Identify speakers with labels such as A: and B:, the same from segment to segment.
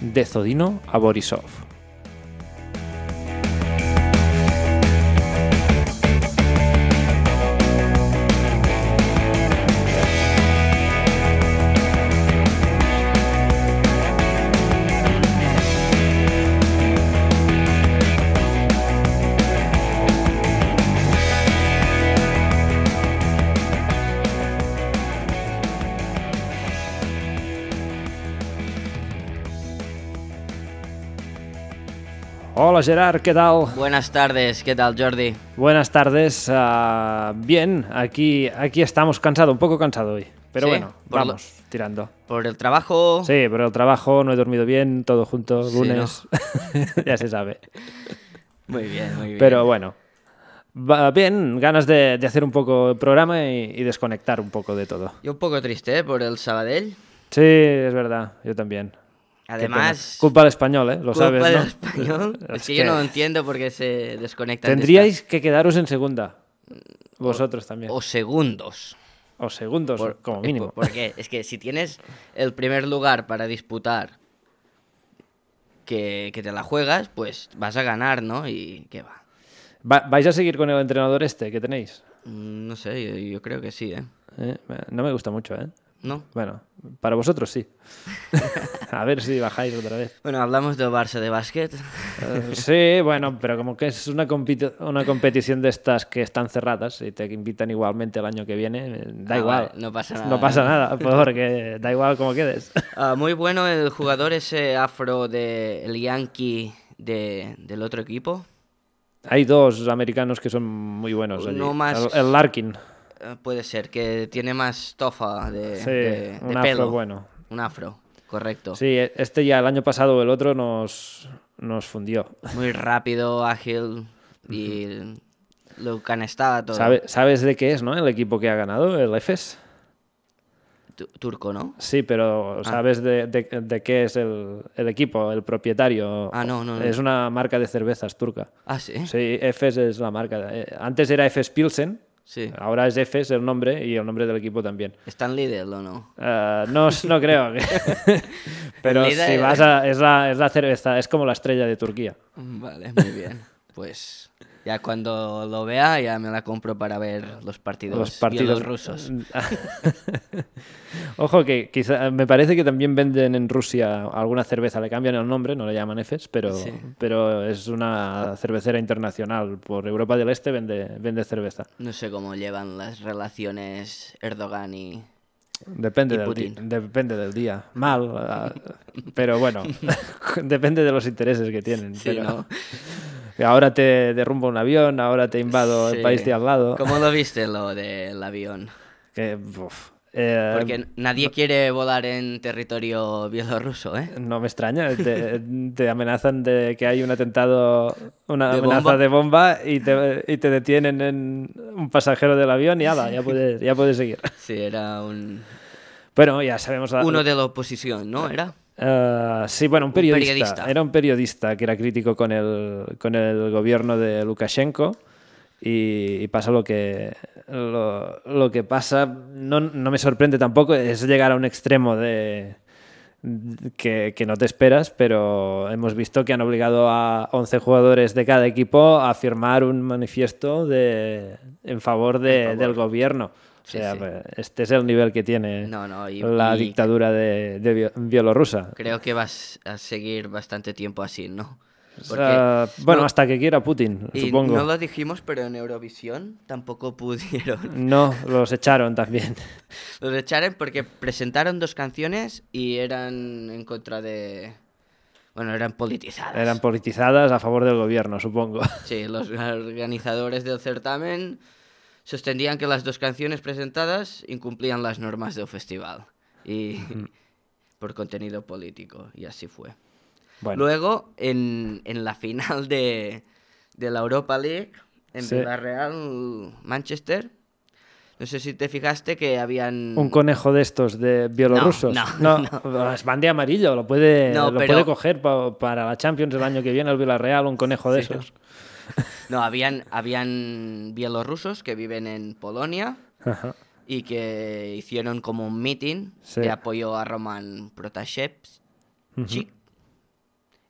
A: de Zodino a Borisov. Hola Gerard, ¿qué tal?
B: Buenas tardes, ¿qué tal Jordi?
A: Buenas tardes. ah, bien, aquí, aquí estamos cansado, un poco cansado hoy. Pero
B: Sí,
A: bueno,
B: por lo-
A: vamos, tirando.
B: Por el trabajo,
A: Sí, pero el trabajo, no he dormido bien, todo junto,
B: Sí,
A: lunes. ya se sabe.
B: muy bien, muy bien.
A: Pero bueno. va bien, ganas de, de hacer un poco el programa y, y desconectar un poco de todo.
B: Yo un poco triste ¿eh? por el Sabadell.
A: Sí, es verdad, yo también. Qué pena.
B: Además,
A: Culpa al español, ¿eh? Lo
B: culpa
A: sabes,
B: del
A: ¿no?
B: español. Es,
A: Es
B: que,
A: que-
B: yo no entiendo por qué se desconectan. de
A: Tendríais que quedaros en segunda.
B: Mm,
A: Vosotros también.
B: estas- O segundos.
A: O segundos,
B: Por-
A: Pues, como
B: es
A: mínimo.
B: por- Porque es que si tienes el primer lugar para disputar que, que te la juegas, pues vas a ganar, ¿no? Y qué va.
A: Va- ¿Vais a seguir con el entrenador este que tenéis?
B: Mm, No sé, yo, yo creo que sí, ¿eh?
A: Eh, No me gusta mucho, ¿eh?
B: ¿No?
A: Bueno, para vosotros sí. a ver si bajáis otra vez.
B: Bueno, hablamos del Barça de básquet.
A: Eh, sí, bueno, pero como que es una, compiti- una competición de estas que están cerradas y te invitan igualmente el año que viene, eh, da
B: Ah,
A: igual.
B: vale, no pasa nada,
A: No pasa
B: ¿no?
A: nada, porque da igual como quedes.
B: Ah, muy bueno el jugador ese afro de el Yankee de, del otro equipo.
A: Hay dos americanos que son muy buenos. allí.
B: No más-
A: El, el Larkin.
B: Eh, puede ser, que tiene más tofa de,
A: Sí,
B: de- de
A: un afro
B: pelo.
A: bueno.
B: Un afro, correcto.
A: Sí, e- este ya el año pasado o el otro nos, nos fundió.
B: Muy rápido, ágil y lo canestaba todo.
A: ¿Sabe- ¿Sabes de qué es, no? El equipo que ha ganado, el EFES.
B: Tu- Turco, ¿no?
A: Sí, pero
B: Ah.
A: ¿sabes de, de- de qué es el, el equipo, el propietario?
B: Ah, no, no, no.
A: Es una marca de cervezas turca.
B: Ah, sí.
A: Sí, EFES es la marca. Eh, Antes era EFES Pilsen,
B: Sí.
A: ahora es EFES el nombre y el nombre del equipo también.
B: ¿Está en Lidl o no?
A: Eh, no, no creo. que- pero
B: Lidl-
A: si vas a, es, la, es la cerveza, es como la estrella de Turquía.
B: Vale, muy bien. Pues ya cuando lo vea ya me la compro para ver los partidos,
A: Los partidos
B: bielorrusos.
A: Ojo que quizá, me parece que también venden en Rusia alguna cerveza, le cambian el nombre, no le llaman EFES, pero,
B: Sí.
A: pero es una cervecera internacional. Por Europa del Este vende, vende cerveza.
B: No sé cómo llevan las relaciones Erdogan y...
A: Depende,
B: Y
A: del, di-
B: Putin.
A: depende del día. Mal, ah, pero bueno, depende de los intereses que tienen.
B: Sí,
A: pero- Ahora te derrumbo un avión, ahora te invado el
B: Sí.
A: país de al lado.
B: ¿Cómo lo viste lo del avión?
A: Que, uf, eh,
B: Porque nadie quiere volar en territorio bielorruso, ¿eh?
A: No me extraña, te, te amenazan de que hay un atentado, una
B: ¿De
A: amenaza
B: bomba?
A: de bomba y te, y te detienen en un pasajero del avión y ala, ya puedes, ya puedes seguir.
B: Sí, era un...
A: Bueno, ya sabemos... la-
B: uno de la oposición, ¿no? Era.
A: Eh, sí, bueno, un periodista,
B: periodista.
A: Era un periodista que era crítico con el, con el gobierno de Lukashenko y, y pasa lo que, lo, lo que pasa, no, no me sorprende tampoco, es llegar a un extremo de que, que no te esperas, pero hemos visto que han obligado a 11 jugadores de cada equipo a firmar un manifiesto de, en favor, de, del gobierno. O
B: Sí,
A: sea,
B: sí.
A: este es el nivel que tiene
B: No, no, y-
A: la
B: y-
A: dictadura de, de Bio- bielorrusa.
B: Creo que vas a seguir bastante tiempo así, ¿no?
A: O
B: Porque-
A: sea, bueno,
B: no,
A: hasta que quiera Putin,
B: y
A: supongo.
B: No lo dijimos, pero en Eurovisión tampoco pudieron.
A: No, los echaron también.
B: Los echaron porque presentaron dos canciones y eran en contra de... Bueno, eran politizadas.
A: Eran politizadas a favor del gobierno, supongo.
B: Sí, los organizadores del certamen sostenían que las dos canciones presentadas incumplían las normas del festival y por contenido político, y así fue.
A: Bueno,
B: Luego, en, en la final de, de la Europa League, en
A: Sí.
B: Villarreal, Manchester, no sé si te fijaste que habían...
A: un conejo de estos de bielorrusos.
B: No, no,
A: van de amarillo, lo puede,
B: No,
A: lo
B: pero-
A: puede coger pa- para la Champions el año que viene el Villarreal, un conejo de esos.
B: No, habían, habían bielorrusos que viven en Polonia
A: Ajá.
B: y que hicieron como un meeting
A: Sí.
B: de apoyo a Roman Protashevsky,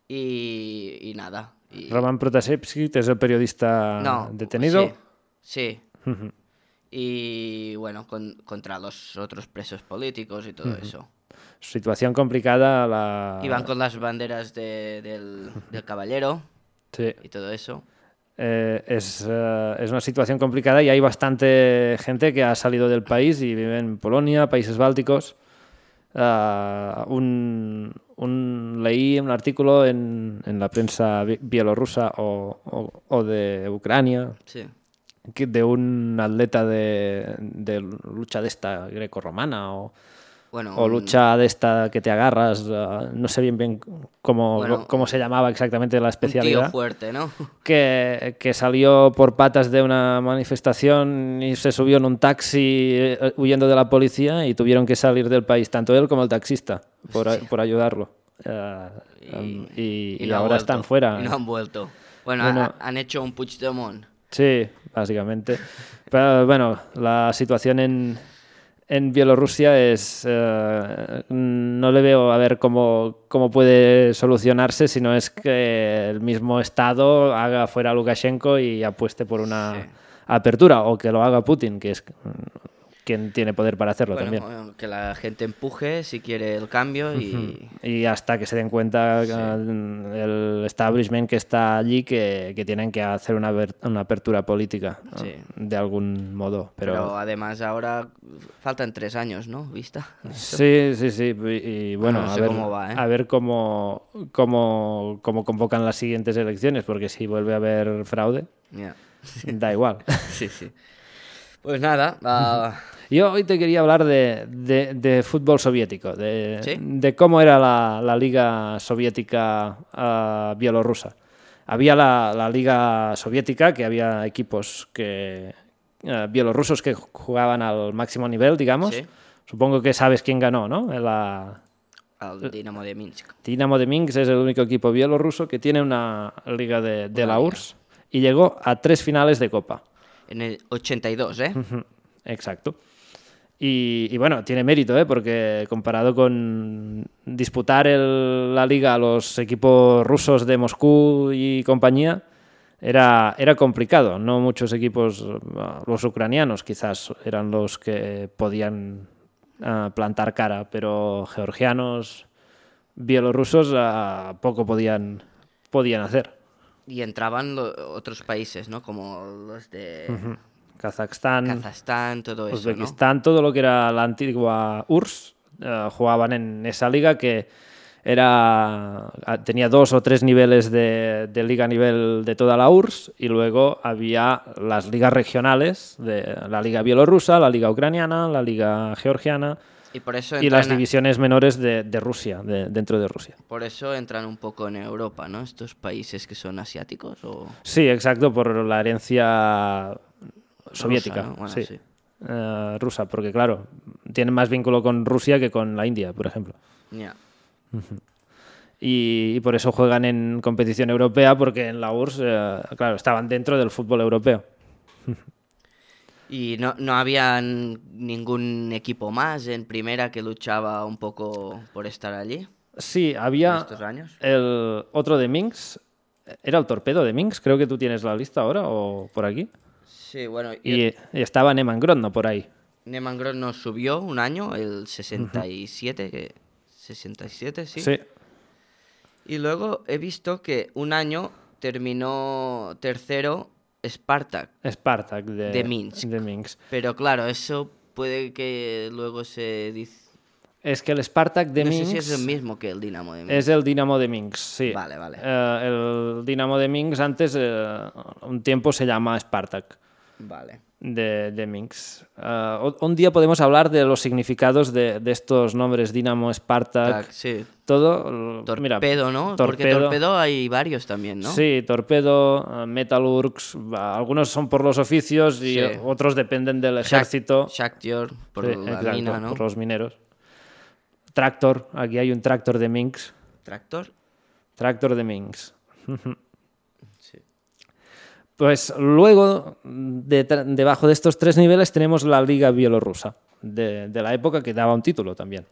B: y, y nada. Y-
A: Roman Protasevsky es el periodista
B: no,
A: detenido.
B: Sí. sí.
A: Ujú.
B: Y bueno, con- contra los otros presos políticos y todo eso.
A: Situación complicada. La...
B: Y van con las banderas de- del, del caballero
A: Sí.
B: y todo eso.
A: Eh, es, eh, es una situación complicada y hay bastante gente que ha salido del país y vive en Polonia, países bálticos. Ah, un, un- leí un artículo en, en la prensa bi- bielorrusa o, o- o de Ucrania
B: Sí.
A: que- de un atleta de, de lucha de esta greco-romana o,
B: Bueno,
A: o
B: un-
A: lucha de esta que te agarras. ah, no sé bien, bien cómo,
B: Bueno,
A: cómo se llamaba exactamente la
B: un
A: especialidad
B: tío fuerte, ¿no?
A: que, que salió por patas de una manifestación y se subió en un taxi eh, huyendo de la policía y tuvieron que salir del país, tanto él como el taxista, por, a- por ayudarlo. Eh, um, y y
B: no han
A: ahora están
B: vuelto,
A: fuera.
B: Y no han vuelto. Bueno,
A: Bueno.
B: ha- han hecho un Puigdemont.
A: Sí, básicamente. Pero bueno, la situación en, en Bielorrusia es... eh, no le veo a ver cómo, cómo puede solucionarse si no es que el mismo Estado haga fuera a Lukashenko y apueste por una
B: Sí.
A: apertura o que lo haga Putin, que es mm, quien tiene poder para hacerlo
B: Bueno,
A: también.
B: bueno, que la gente empuje si quiere el cambio y...
A: Y hasta que se den cuenta eh, el establishment que está allí que, que tienen que hacer una, aver- una apertura política ¿no?
B: Sí.
A: de algún modo.
B: Pero...
A: pero
B: además ahora faltan tres años, ¿no? ¿Vista?
A: Sí, sí, sí. Y, y bueno,
B: no
A: a
B: sé
A: ver,
B: cómo va, ¿eh?
A: a ver cómo, cómo, cómo convocan las siguientes elecciones, porque si vuelve a haber fraude,
B: Ya.
A: da igual.
B: Sí, sí. Pues nada, ah,
A: Yo hoy te quería hablar de, de- de fútbol soviético, de,
B: ¿Sí?
A: de cómo era la, la liga soviética ah, bielorrusa. Había la, la liga soviética, que había equipos que, eh, bielorrusos que jugaban al máximo nivel, digamos.
B: Sí.
A: Supongo que sabes quién ganó, ¿no? La,
B: al Dinamo de Minsk.
A: Dinamo de Minsk es el único equipo bielorruso que tiene una liga de, de la URSS y llegó a tres finales de Copa.
B: En el 82, ¿eh?
A: Ujú, Exacto. Y, y bueno, tiene mérito, ¿eh? porque comparado con disputar el- la liga a los equipos rusos de Moscú y compañía, era, era complicado. No muchos equipos, ah, los ucranianos quizás eran los que podían ah, plantar cara, pero georgianos, bielorrusos, ah, poco podían, podían hacer.
B: Y entraban lo- otros países, ¿no? Como los de
A: Kazajstán,
B: Kazajstán, todo eso, ¿no?
A: Uzbekistán, todo lo Pues que era la antigua URSS, eh, jugaban en esa liga que era a- tenía dos o tres niveles de, de liga a nivel de toda la URSS y luego había las ligas regionales de la liga bielorrusa, la liga ucraniana, la liga georgiana
B: Y por eso
A: y las
B: entran a-
A: divisiones menores de, de Rusia, de- dentro de Rusia.
B: Por eso entran un poco en Europa, ¿no? Estos países que son asiáticos o...
A: Sí, exacto, por la herencia soviética.
B: ¿no? Bueno,
A: sí.
B: sí.
A: Eh, rusa, porque claro, tienen más vínculo con Rusia que con la India, por ejemplo.
B: Ya.
A: Y, y por eso juegan en competición europea, porque en la URSS, eh, claro, estaban dentro del fútbol europeo.
B: Y no, no había ningún equipo más en primera que luchaba un poco por estar allí
A: Sí,
B: en
A: había
B: estos años.
A: el otro de Minsk, era el torpedo de Minsk, creo que tú tienes la lista ahora o por aquí.
B: Sí, bueno, y,
A: Y, y estaba Neman Grodno por ahí.
B: Neman Grodno subió un año, el 67, que- 67, sí.
A: Sí,
B: Y luego he visto que un año terminó tercero Spartak.
A: Spartak de,
B: De Minsk.
A: de Minsk.
B: Pero claro, eso puede que luego se dice...
A: Es que el Spartak de
B: no
A: Minsk...
B: sé si es el mismo que el Dinamo de Minsk.
A: Es el Dinamo de Minsk, sí.
B: Vale, vale.
A: Eh, el Dinamo de Minsk antes, eh, un tiempo se llama Spartak
B: Vale.
A: de, de Minsk. Eh, o- un día podemos hablar de los significados de, de estos nombres, Dinamo, Spartak,
B: Tac, sí.
A: todo. l- mira,
B: Torpedo, ¿no? Porque
A: torpedo.
B: torpedo hay varios también, ¿no?
A: Sí, torpedo, eh, metalurgs, va, algunos son por los oficios y
B: Sí.
A: otros dependen del
B: Shak-
A: ejército.
B: Shaktior, por
A: Sí,
B: la
A: exacto,
B: mina, ¿no?
A: por los mineros. Tractor, aquí hay un tractor de Minsk.
B: Tractor.
A: Tractor de Minsk.
B: Sí.
A: Pues luego, de tra- debajo de estos tres niveles, tenemos la Liga Bielorrusa, de, de la época que daba un título también.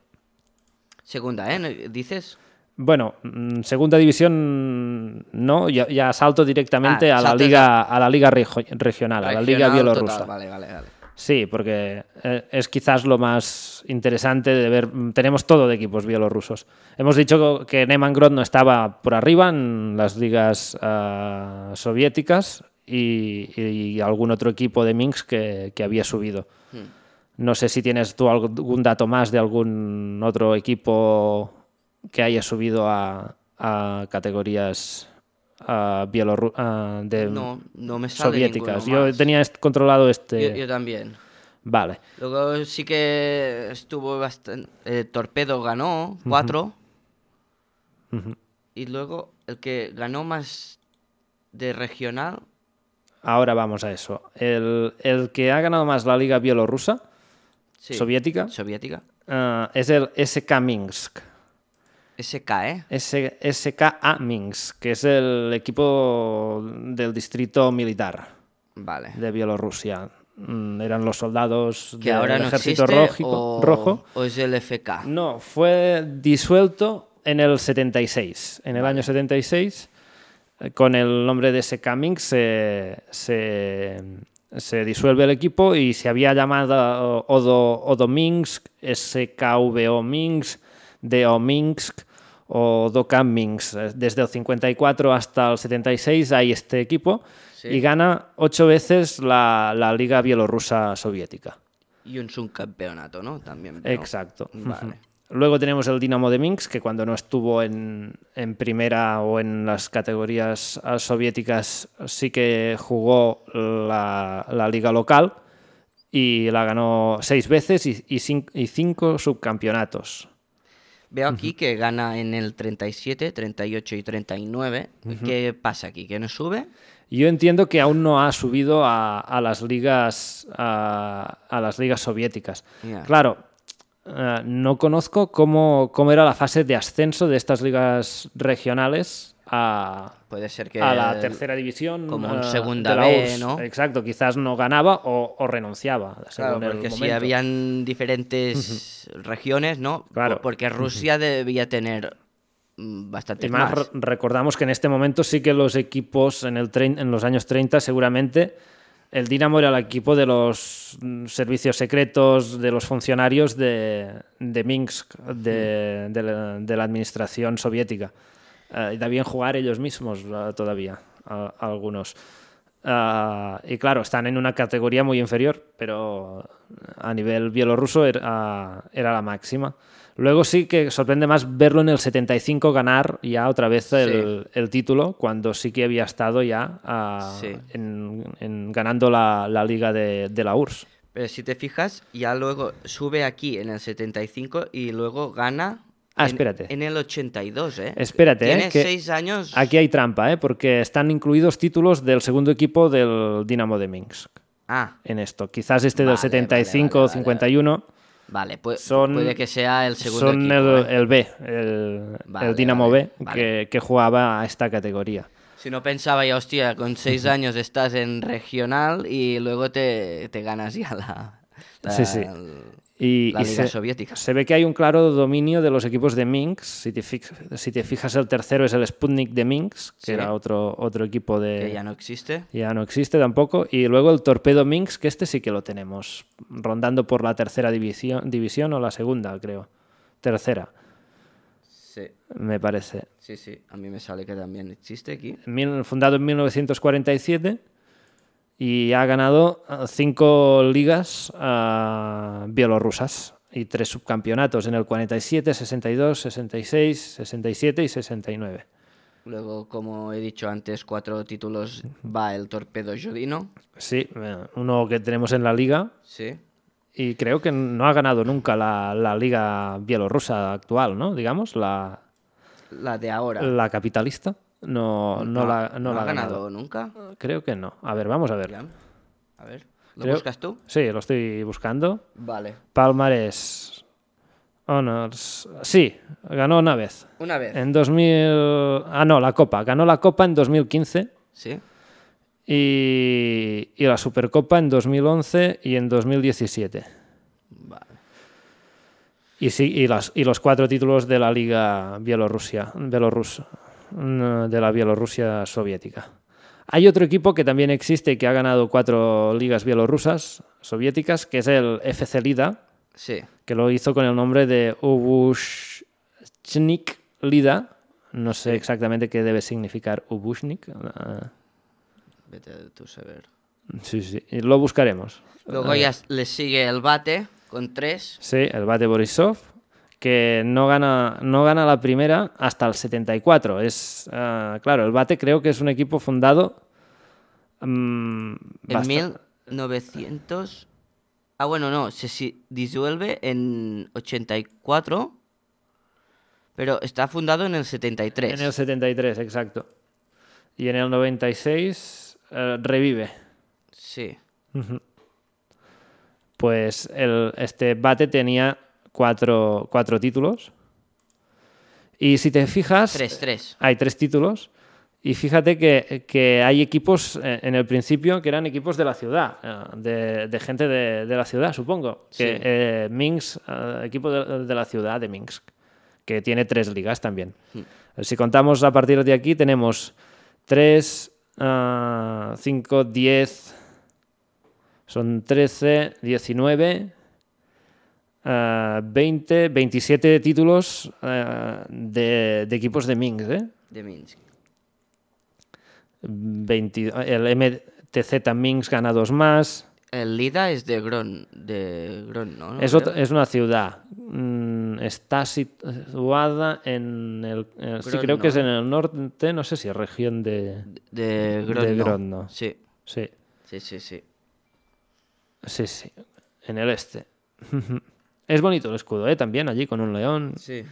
B: Segunda, ¿eh? ¿Dices?
A: Bueno, mm, segunda división no, ya, ya salto directamente
B: Ah,
A: a, la
B: saltas
A: liga, a la liga rejo- regional, a la liga
B: Regional total,
A: bielorrusa.
B: Vale, vale, vale.
A: Sí, porque eh, es quizás lo más interesante de ver. Mm, Tenemos todo de equipos bielorrusos. Hemos dicho que Neman Grodno estaba por arriba en las ligas ah, soviéticas y, y algún otro equipo de Minsk que, que había subido.
B: Hmm.
A: No sé si tienes tú algún dato más de algún otro equipo que haya subido a, a categorías ah, bielorru- ah, de
B: No, no me sale
A: soviéticas.
B: ninguno
A: Yo
B: más.
A: tenía est- controlado este.
B: Yo- yo también.
A: Vale.
B: Luego sí que estuvo bastante... Torpedo ganó cuatro. Y luego el que ganó más de regional...
A: Ahora vamos a eso. El, el que ha ganado más la liga bielorrusa
B: sí,
A: soviética
B: Soviética.
A: eh, es el SK Minsk.
B: SK, ¿eh?
A: S- SKA Minsk, que es el equipo del distrito militar
B: Vale.
A: de Bielorrusia. Mm, Eran los soldados
B: Que
A: del
B: ahora no
A: ejército
B: existe,
A: rojico-
B: o,
A: rojo.
B: o es el FK.
A: No, fue disuelto en el 76. En el año 76, eh, con el nombre de SK Minsk, se, se, se disuelve el equipo y se había llamado Odo, Odo Minsk, SKVO Minsk, DO Minsk o Dokam Minsk. Eh, Desde el 54 hasta el 76 hay este equipo
B: Sí.
A: y gana ocho veces la, la Liga Bielorrusa Soviética.
B: Y un subcampeonato, ¿no? También. veo.
A: Exacto.
B: Vale.
A: Luego tenemos el Dinamo de Minsk, que cuando no estuvo en, en primera o en las categorías eh, soviéticas sí que jugó la, la liga local y la ganó seis veces y, y cin- y cinco subcampeonatos.
B: Veo aquí que gana en el 37, 38 y 39. ¿Qué pasa aquí? ¿Que no sube?
A: Yo entiendo que aún no ha subido a, a las ligas a, a las ligas soviéticas.
B: Ya.
A: Claro, eh, no conozco cómo, cómo era la fase de ascenso de estas ligas regionales a,
B: Puede ser que...
A: a la
B: el-
A: tercera división.
B: como
A: eh,
B: un segunda
A: de la
B: B,
A: URSS.
B: ¿no?
A: Exacto, quizás no ganaba o, o renunciaba.
B: Claro,
A: según el
B: porque si
A: momento.
B: habían diferentes regiones, ¿no?
A: Claro.
B: Po- Porque Rusia debía tener mm, bastante
A: Y más,
B: más.
A: re- recordamos que en este momento sí que los equipos en, el trein- en los años 30 seguramente el Dinamo era el equipo de los mm, servicios secretos, de los funcionarios de, de Minsk, de, de la, de la administración soviética. Eh, y debían jugar ellos mismos eh, todavía, a- algunos. Ah, y claro, están en una categoría muy inferior, pero a nivel bielorruso era, era la máxima. Luego sí que sorprende más verlo en el 75 ganar ya otra vez el, el título, cuando sí que había estado ya ah,
B: Sí.
A: en, en ganando la, la liga de, de la URSS.
B: Pero si te fijas, ya luego sube aquí en el 75 y luego gana...
A: Ah,
B: en-
A: espérate.
B: En, el 82, ¿eh?
A: Espérate, eh,
B: Tiene
A: que-
B: seis años...
A: Aquí hay trampa, ¿eh? porque están incluidos títulos del segundo equipo del Dinamo de Minsk
B: Ah,
A: en esto. Quizás este
B: Vale,
A: del
B: vale,
A: 75
B: vale,
A: o
B: vale.
A: 51.
B: vale. pue-
A: Son-
B: puede que sea el segundo
A: son
B: equipo,
A: el,
B: ¿eh?
A: el B, el,
B: Vale,
A: el Dinamo
B: vale,
A: B,
B: vale.
A: Que, que jugaba a esta categoría.
B: Si no pensaba ya, hostia, con seis años estás en regional y luego te, te ganas ya la... la-
A: Sí, sí. Y,
B: La
A: y
B: Liga
A: se,
B: Soviética.
A: se ve que hay un claro dominio de los equipos de Minsk. Si te, fij- si te fijas, el tercero es el Sputnik de Minsk, que
B: Sí.
A: era otro, otro equipo de...
B: que ya no existe.
A: ya no existe tampoco. Y luego el Torpedo Minsk, que este sí que lo tenemos, rondando por la tercera división, división o la segunda, creo. Tercera,
B: Sí,
A: me parece.
B: sí, sí. A mí me sale que también existe aquí.
A: mil- fundado en 1947 y ha ganado eh, cinco ligas eh, bielorrusas y tres subcampeonatos en el 47, 62, 66, 67 y 69.
B: Luego, como he dicho antes, cuatro títulos va el Torpedo Jodino.
A: Sí, eh, uno que tenemos en la liga
B: Sí.
A: y creo que no ha ganado nunca la, la liga bielorrusa actual, ¿no? Digamos, la,
B: La de ahora.
A: la capitalista. Eh, No, no, la, no la
B: ha
A: ha
B: ganado, nunca.
A: Creo que no. A ver, vamos a ver.
B: Ya. A ver. ¿Lo
A: Creo-
B: buscas tú?
A: Sí, lo estoy buscando.
B: Vale.
A: Palmarés. Honors. Sí, ganó una vez.
B: Una vez.
A: En 2000. Ah, no, la Copa. Ganó la Copa en 2015
B: Sí.
A: y, y la Supercopa en 2011 y en 2017.
B: Vale.
A: Y, sí, y, las- y los cuatro títulos de la Liga Bielorrusia, Bielorrus, mm, de la Bielorrusia soviética. Hay otro equipo que también existe y que ha ganado cuatro ligas bielorrusas soviéticas, que es el FC Lida,
B: Sí,
A: que lo hizo con el nombre de Ubushnik Lida. No sé exactamente qué debe significar Ubushnik. Ah,
B: vete tú a saber.
A: Sí, sí, y lo buscaremos.
B: Luego ya les sigue el bate con tres.
A: Sí, el bate Borisov, que no gana, no gana la primera hasta el 74. Es, ah, claro, el bate creo que es un equipo fundado... mm,
B: En
A: basta-
B: 1900. Ah, bueno, no, se si- disuelve en 84, pero está fundado en el 73.
A: En el 73, exacto. Y en el 96 eh, revive.
B: Sí,
A: Pues el, este bate tenía cuatro, cuatro títulos. Y si te fijas...
B: 3-3.
A: Hay tres títulos. Y fíjate que, que hay equipos eh, en el principio que eran equipos de la ciudad, eh, de, de gente de, de la ciudad, supongo.
B: Sí.
A: Que, eh, Minsk, eh, equipo de, de la ciudad de Minsk, que tiene tres ligas también. Si contamos a partir de aquí, tenemos 3, 5, 10, son 13, 19, ah, 20, 27 títulos ah, de, de equipos de Minsk. ¿eh?
B: De Minsk.
A: 20 el MTZ Minsk gana dos más.
B: El Lida es de Gron, de Gron, ¿no?
A: es,
B: Creo.
A: otra- es una ciudad. Mm, Está situada en el... eh, sí, creo que es en el norte, no sé si es región de...
B: De Gron.
A: de Grodno.
B: Sí,
A: Sí,
B: sí, sí, sí.
A: sí, sí. En el este. es bonito el escudo, ¿eh? También allí con un león.
B: Sí.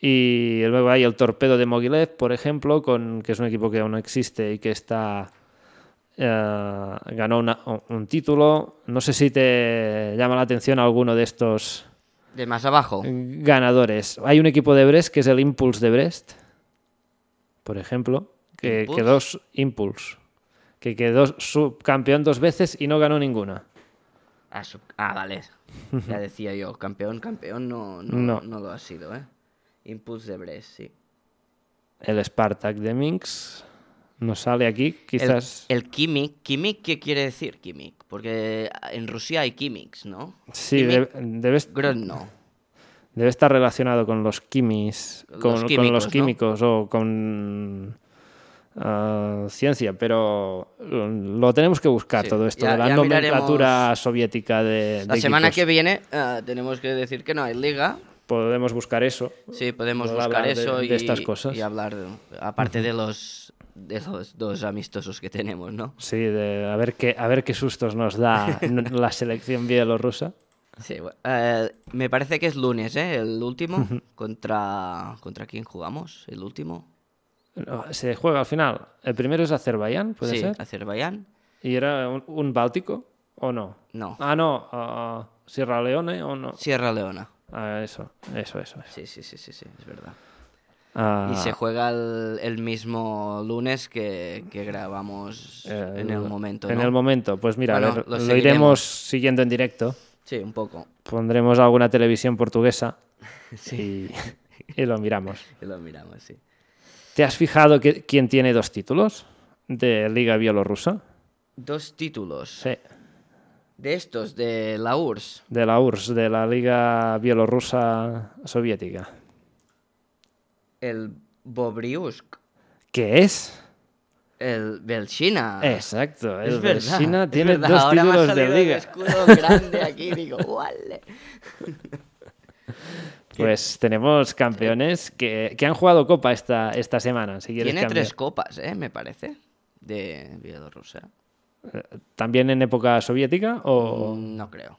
A: Y luego hay el Torpedo de Mogilev, por ejemplo, con, que es un equipo que aún no existe y que está. eh, ganó una- un título. No sé si te llama la atención alguno de estos
B: De más abajo.
A: ganadores. Hay un equipo de Brest que es el Impulse de Brest, por ejemplo, que
B: ¿Impulse?
A: quedó s- Impulse, que quedó subcampeón dos veces y no ganó ninguna.
B: Ah, sub- ah, vale. Ya decía yo, campeón, campeón no, no,
A: No.
B: no lo ha sido, ¿eh? Impulse de Brest, sí.
A: El Spartak de Minsk nos sale aquí,
B: El- E
A: quizás.
B: El, Kimik, Kimik, ¿qué quiere decir Kimik? Porque en Rusia hay Kimiks, ¿no?
A: sí,
B: Kimik,
A: debe- debe est-
B: Grodno.
A: Debe estar relacionado con los quimis, con
B: Los
A: con los químicos,
B: químicos, ¿no?
A: o con ah, ciencia, pero lo tenemos que buscar
B: Sí,
A: todo esto
B: ya-
A: de la
B: ya
A: nomenclatura
B: miraremos.
A: soviética de,
B: La
A: de
B: semana que
A: equipos.
B: viene ah, tenemos que decir que no hay liga.
A: podemos buscar eso.
B: Sí, podemos
A: Podrá
B: buscar
A: hablar de-
B: eso
A: de
B: y,
A: estas cosas.
B: y hablar, de- aparte de los, de los dos amistosos que tenemos, ¿no?
A: Sí, de a ver qué a ver qué sustos nos da n- la selección bielorrusa.
B: Sí, bu- eh, me parece que es lunes, ¿eh? El último. ¿Contra, ¿Contra quién jugamos? El último.
A: No, Se juega al final. El primero es Azerbaiyán, puede
B: sí,
A: ser.
B: Azerbaiyán.
A: ¿Y era un, un báltico o no?
B: No.
A: Ah, no, ah, Sierra Leone o no.
B: Sierra Leona.
A: Ah, eso, eso, eso. eso.
B: Sí, sí, sí, sí, sí, es verdad.
A: Ah,
B: Y se juega el, el mismo lunes que, que grabamos
A: Eh,
B: en el momento.
A: En
B: ¿no?
A: el momento, pues mira, a
B: Bueno,
A: ver,
B: lo
A: lo,
B: seguiremos.
A: iremos siguiendo en directo.
B: Sí, un poco.
A: Pondremos alguna televisión portuguesa
B: Sí,
A: y, y lo miramos.
B: que lo miramos, sí.
A: ¿Te has fijado que, quién tiene dos títulos de Liga Bielorrusa?
B: Dos títulos
A: Sí,
B: de estos, de la URSS.
A: de la URSS, de la Liga Bielorrusa Soviética.
B: El Bobriusk,
A: ¿Qué es?
B: el Belchina.
A: Exacto,
B: Ah. Es
A: el
B: verdad,
A: Bersina
B: es
A: tiene
B: verdad,
A: dos
B: ahora me ha
A: títulos de
B: salido el
A: Liga.
B: escudo grande aquí, digo, "Uale".
A: Pues tenemos campeones que, que han jugado Copa esta, esta semana. Si quieres
B: Tiene
A: cambiar.
B: tres copas, ¿eh? Me parece, de Bielorrusia.
A: ¿También en época soviética o...?
B: No creo.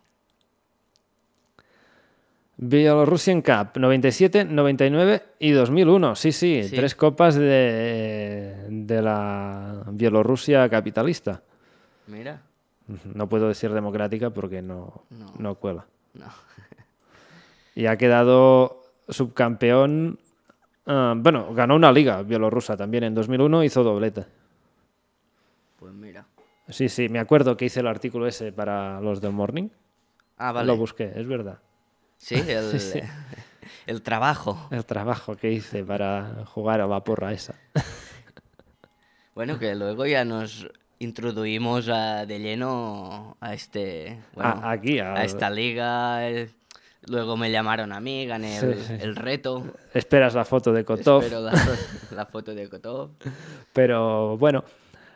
A: Bielorussian Cup, 97, 99 y 2001. Sí, sí,
B: Sí.
A: tres copas de, de la Bielorrusia capitalista.
B: Mira,
A: No puedo decir democrática porque no, no.
B: No.
A: cuela.
B: no.
A: Y ha quedado subcampeón. ah, bueno, ganó una liga bielorrusa también en 2001, hizo doblete.
B: Pues mira.
A: Sí, sí, me acuerdo que hice el artículo ese para los del Morning.
B: Ah, vale.
A: Lo busqué, es verdad.
B: Sí, el, el trabajo.
A: El trabajo que hice para jugar a la porra esa.
B: Bueno, que luego ya nos introducimos a- de lleno a este bueno,
A: A- aquí, al-
B: a esta liga. eh, Luego me llamaron a mí, gané el,
A: Sí, sí.
B: el reto.
A: Esperas la foto de Kotov.
B: Espero la, fo- la foto de Kotov.
A: Pero bueno,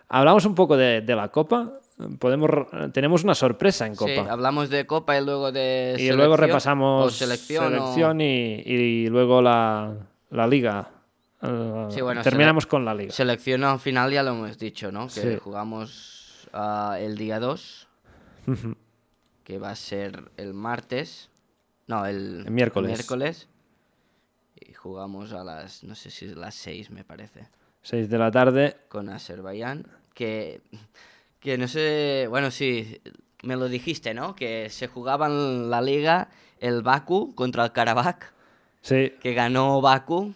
A: hablamos un poco de, de la Copa. Podemos, tenemos una sorpresa en
B: Sí,
A: Copa.
B: hablamos de Copa y luego de
A: y luego
B: selección,
A: repasamos
B: o selección, o-
A: selección y, y luego la, la Liga. Eh,
B: Sí, bueno,
A: Terminamos con la Liga.
B: Selección al final ya lo hemos dicho, ¿no? Que
A: Sí.
B: jugamos ah, el día 2, que va a ser el martes. No, el,
A: El miércoles.
B: miércoles. Y jugamos a las, no sé si es las 6, me parece,
A: 6 de la tarde.
B: con Azerbaiyán. Que, que no sé, bueno, sí, me lo dijiste, ¿no? Que se jugaba en la liga el Baku contra el Karabakh,
A: Sí,
B: que ganó Baku.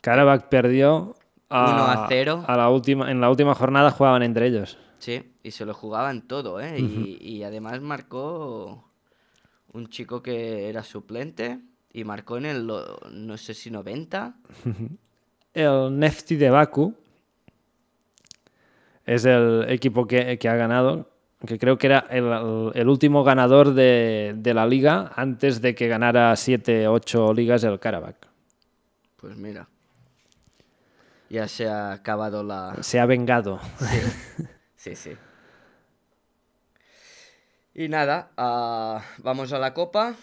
A: Karabakh perdió.
B: 1 a 0.
A: a la última, en la última jornada jugaban entre ellos.
B: Sí, y se lo jugaban todo, ¿eh? y, y además marcó un chico que era suplente y marcó en el, lo- no sé si 90.
A: El Nefti de Baku es el equipo que, que ha ganado, que creo que era el, el último ganador de, de la liga antes de que ganara 7, 8 ligas el Karabakh.
B: Pues mira, ya se ha acabado la...
A: Se ha vengado.
B: Sí, sí. Y nada, ah, vamos a la copa.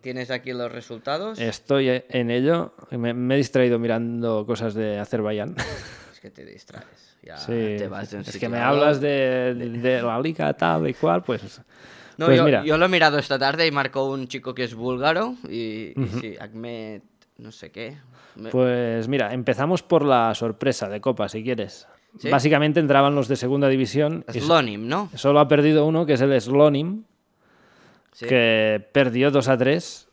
B: Tienes aquí los resultados.
A: Estoy en ello. Me, me he distraído mirando cosas de Azerbaiyán.
B: Es que te distraes. Ya
A: Sí.
B: Ah, te vas de un
A: es que
B: sitio
A: me
B: a otro.
A: hablas de, de la liga tal y cual, pues...
B: No,
A: pues
B: yo,
A: mira,
B: yo lo he mirado esta tarde y marcó un chico que es búlgaro y, y sí, Ahmed, no sé qué. Me-
A: Pues mira, empezamos por la sorpresa de Copa, si quieres.
B: ¿Sí?
A: Básicamente entraban los de segunda división. y
B: Slonim, ¿no?
A: solo ha perdido uno, que es el Slonim,
B: Sí.
A: que perdió 2 a 3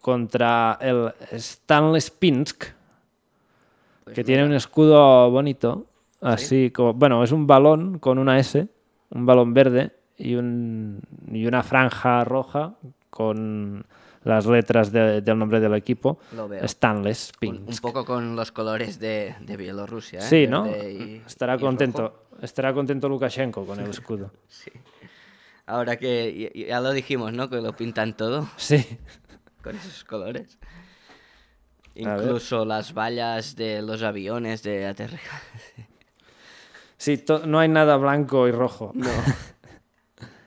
A: contra el Stanley Spinsk,
B: Pues
A: que
B: mira,
A: tiene un escudo bonito. Así como, bueno, es un balón con una S, un balón verde y, un- y una franja roja con las letras de- del nombre del equipo.
B: Lo veo.
A: Stanley
B: un,
A: Spinsk.
B: un poco con los colores de, de Bielorrusia. ¿eh?
A: Sí, ¿no?
B: Verde y-
A: estará
B: y
A: contento.
B: rojo.
A: Estará contento Lukashenko con el escudo.
B: Sí. Ahora que y- y ya lo dijimos, ¿no? Que lo pintan todo
A: Sí.
B: con esos colores.
A: A ver.
B: Incluso las vallas de los aviones de aterrizaje.
A: Sí, to- no hay nada blanco y rojo.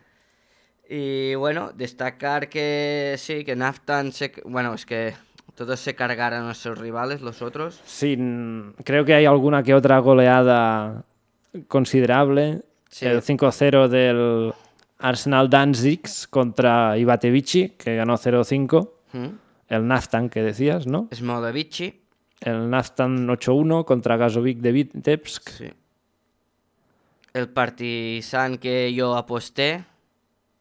B: Y bueno, destacar que sí, que Naftan se... Bueno, es que todos se cargaron a nuestros rivales, los otros.
A: Sí, n- creo que hay alguna que otra goleada considerable.
B: Sí.
A: El 5-0 del Arsenal Danzig contra Ibatevici, que ganó 0-5.
B: ¿Mm?
A: El Naftan, que decías, ¿no?
B: Smolovici.
A: El Naftan 8-1 contra Gazovic de Vitebsk.
B: Sí. El Partizan que yo aposté,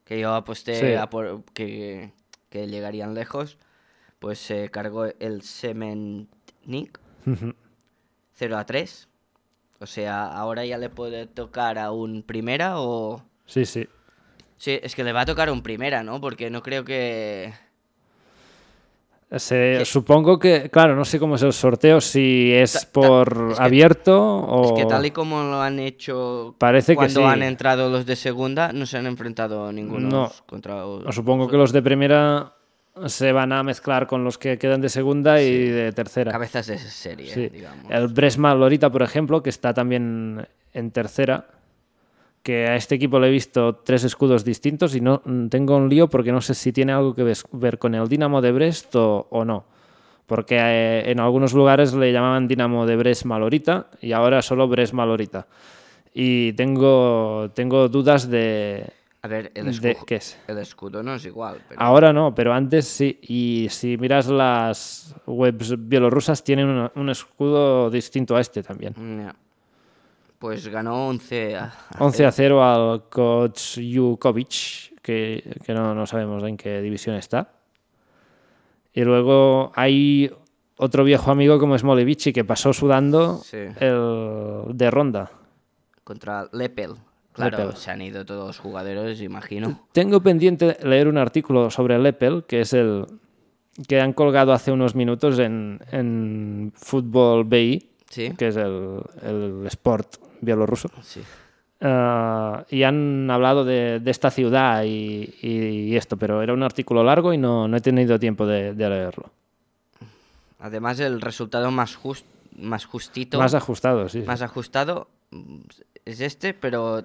B: que yo aposté
A: Sí.
B: a por- que, que llegarían lejos, pues se cargó el Semennik 0 a 3. O sea, ahora ya le puede tocar a un primera o...
A: Sí, sí.
B: Sí, es que le va a tocar un primera, ¿no? Porque no creo que...
A: Se- supongo que, claro, no sé cómo es el sorteo, si es por
B: es que-
A: abierto o...
B: Es que tal y como lo han hecho
A: Oh. Parece que
B: cuando
A: sí.
B: han entrado los de segunda, no se han enfrentado ninguno
A: No.
B: contra...
A: O Supongo que los de primera se van a mezclar con los que quedan de segunda y de tercera.
B: cabezas de serie,
A: Sí.
B: digamos.
A: El Bresma Lorita, por ejemplo, que está también en tercera, que a este equipo le he visto tres escudos distintos y no mm, tengo un lío porque no sé si tiene algo que ves- ver con el Dinamo de Brest o, o no. Porque eh, en algunos lugares le llamaban Dinamo de Brest Malorita y ahora solo Brest Malorita. Y tengo, tengo dudas de,
B: A ver, el
A: de Ah.
B: escudo,
A: qué es.
B: el escudo no es igual, pero
A: Ahora no, pero antes sí. Y si miras las webs bielorrusas, tienen una- un escudo distinto a este también.
B: Ya. pues ganó 11 a...
A: 11 a 0 al Kotsjukovic, que, que no, no sabemos en qué división está. Y luego hay otro viejo amigo como Smolevici, que pasó sudando
B: Sí.
A: el de ronda.
B: contra Lepel. Claro,
A: Lepel.
B: se han ido todos los jugadores, imagino.
A: Tengo pendiente leer un artículo sobre Lepel, que es el que han colgado hace unos minutos en, en Fútbol BI,
B: Sí.
A: que es el, el sport bielorruso.
B: Sí.
A: Ah, y han hablado de, de esta ciudad y, y- y esto, pero era un artículo largo y no, no he tenido tiempo de, de leerlo.
B: Además, el resultado más, jus- más justito,
A: Más ajustado, sí. sí.
B: más ajustado, mm, es este, pero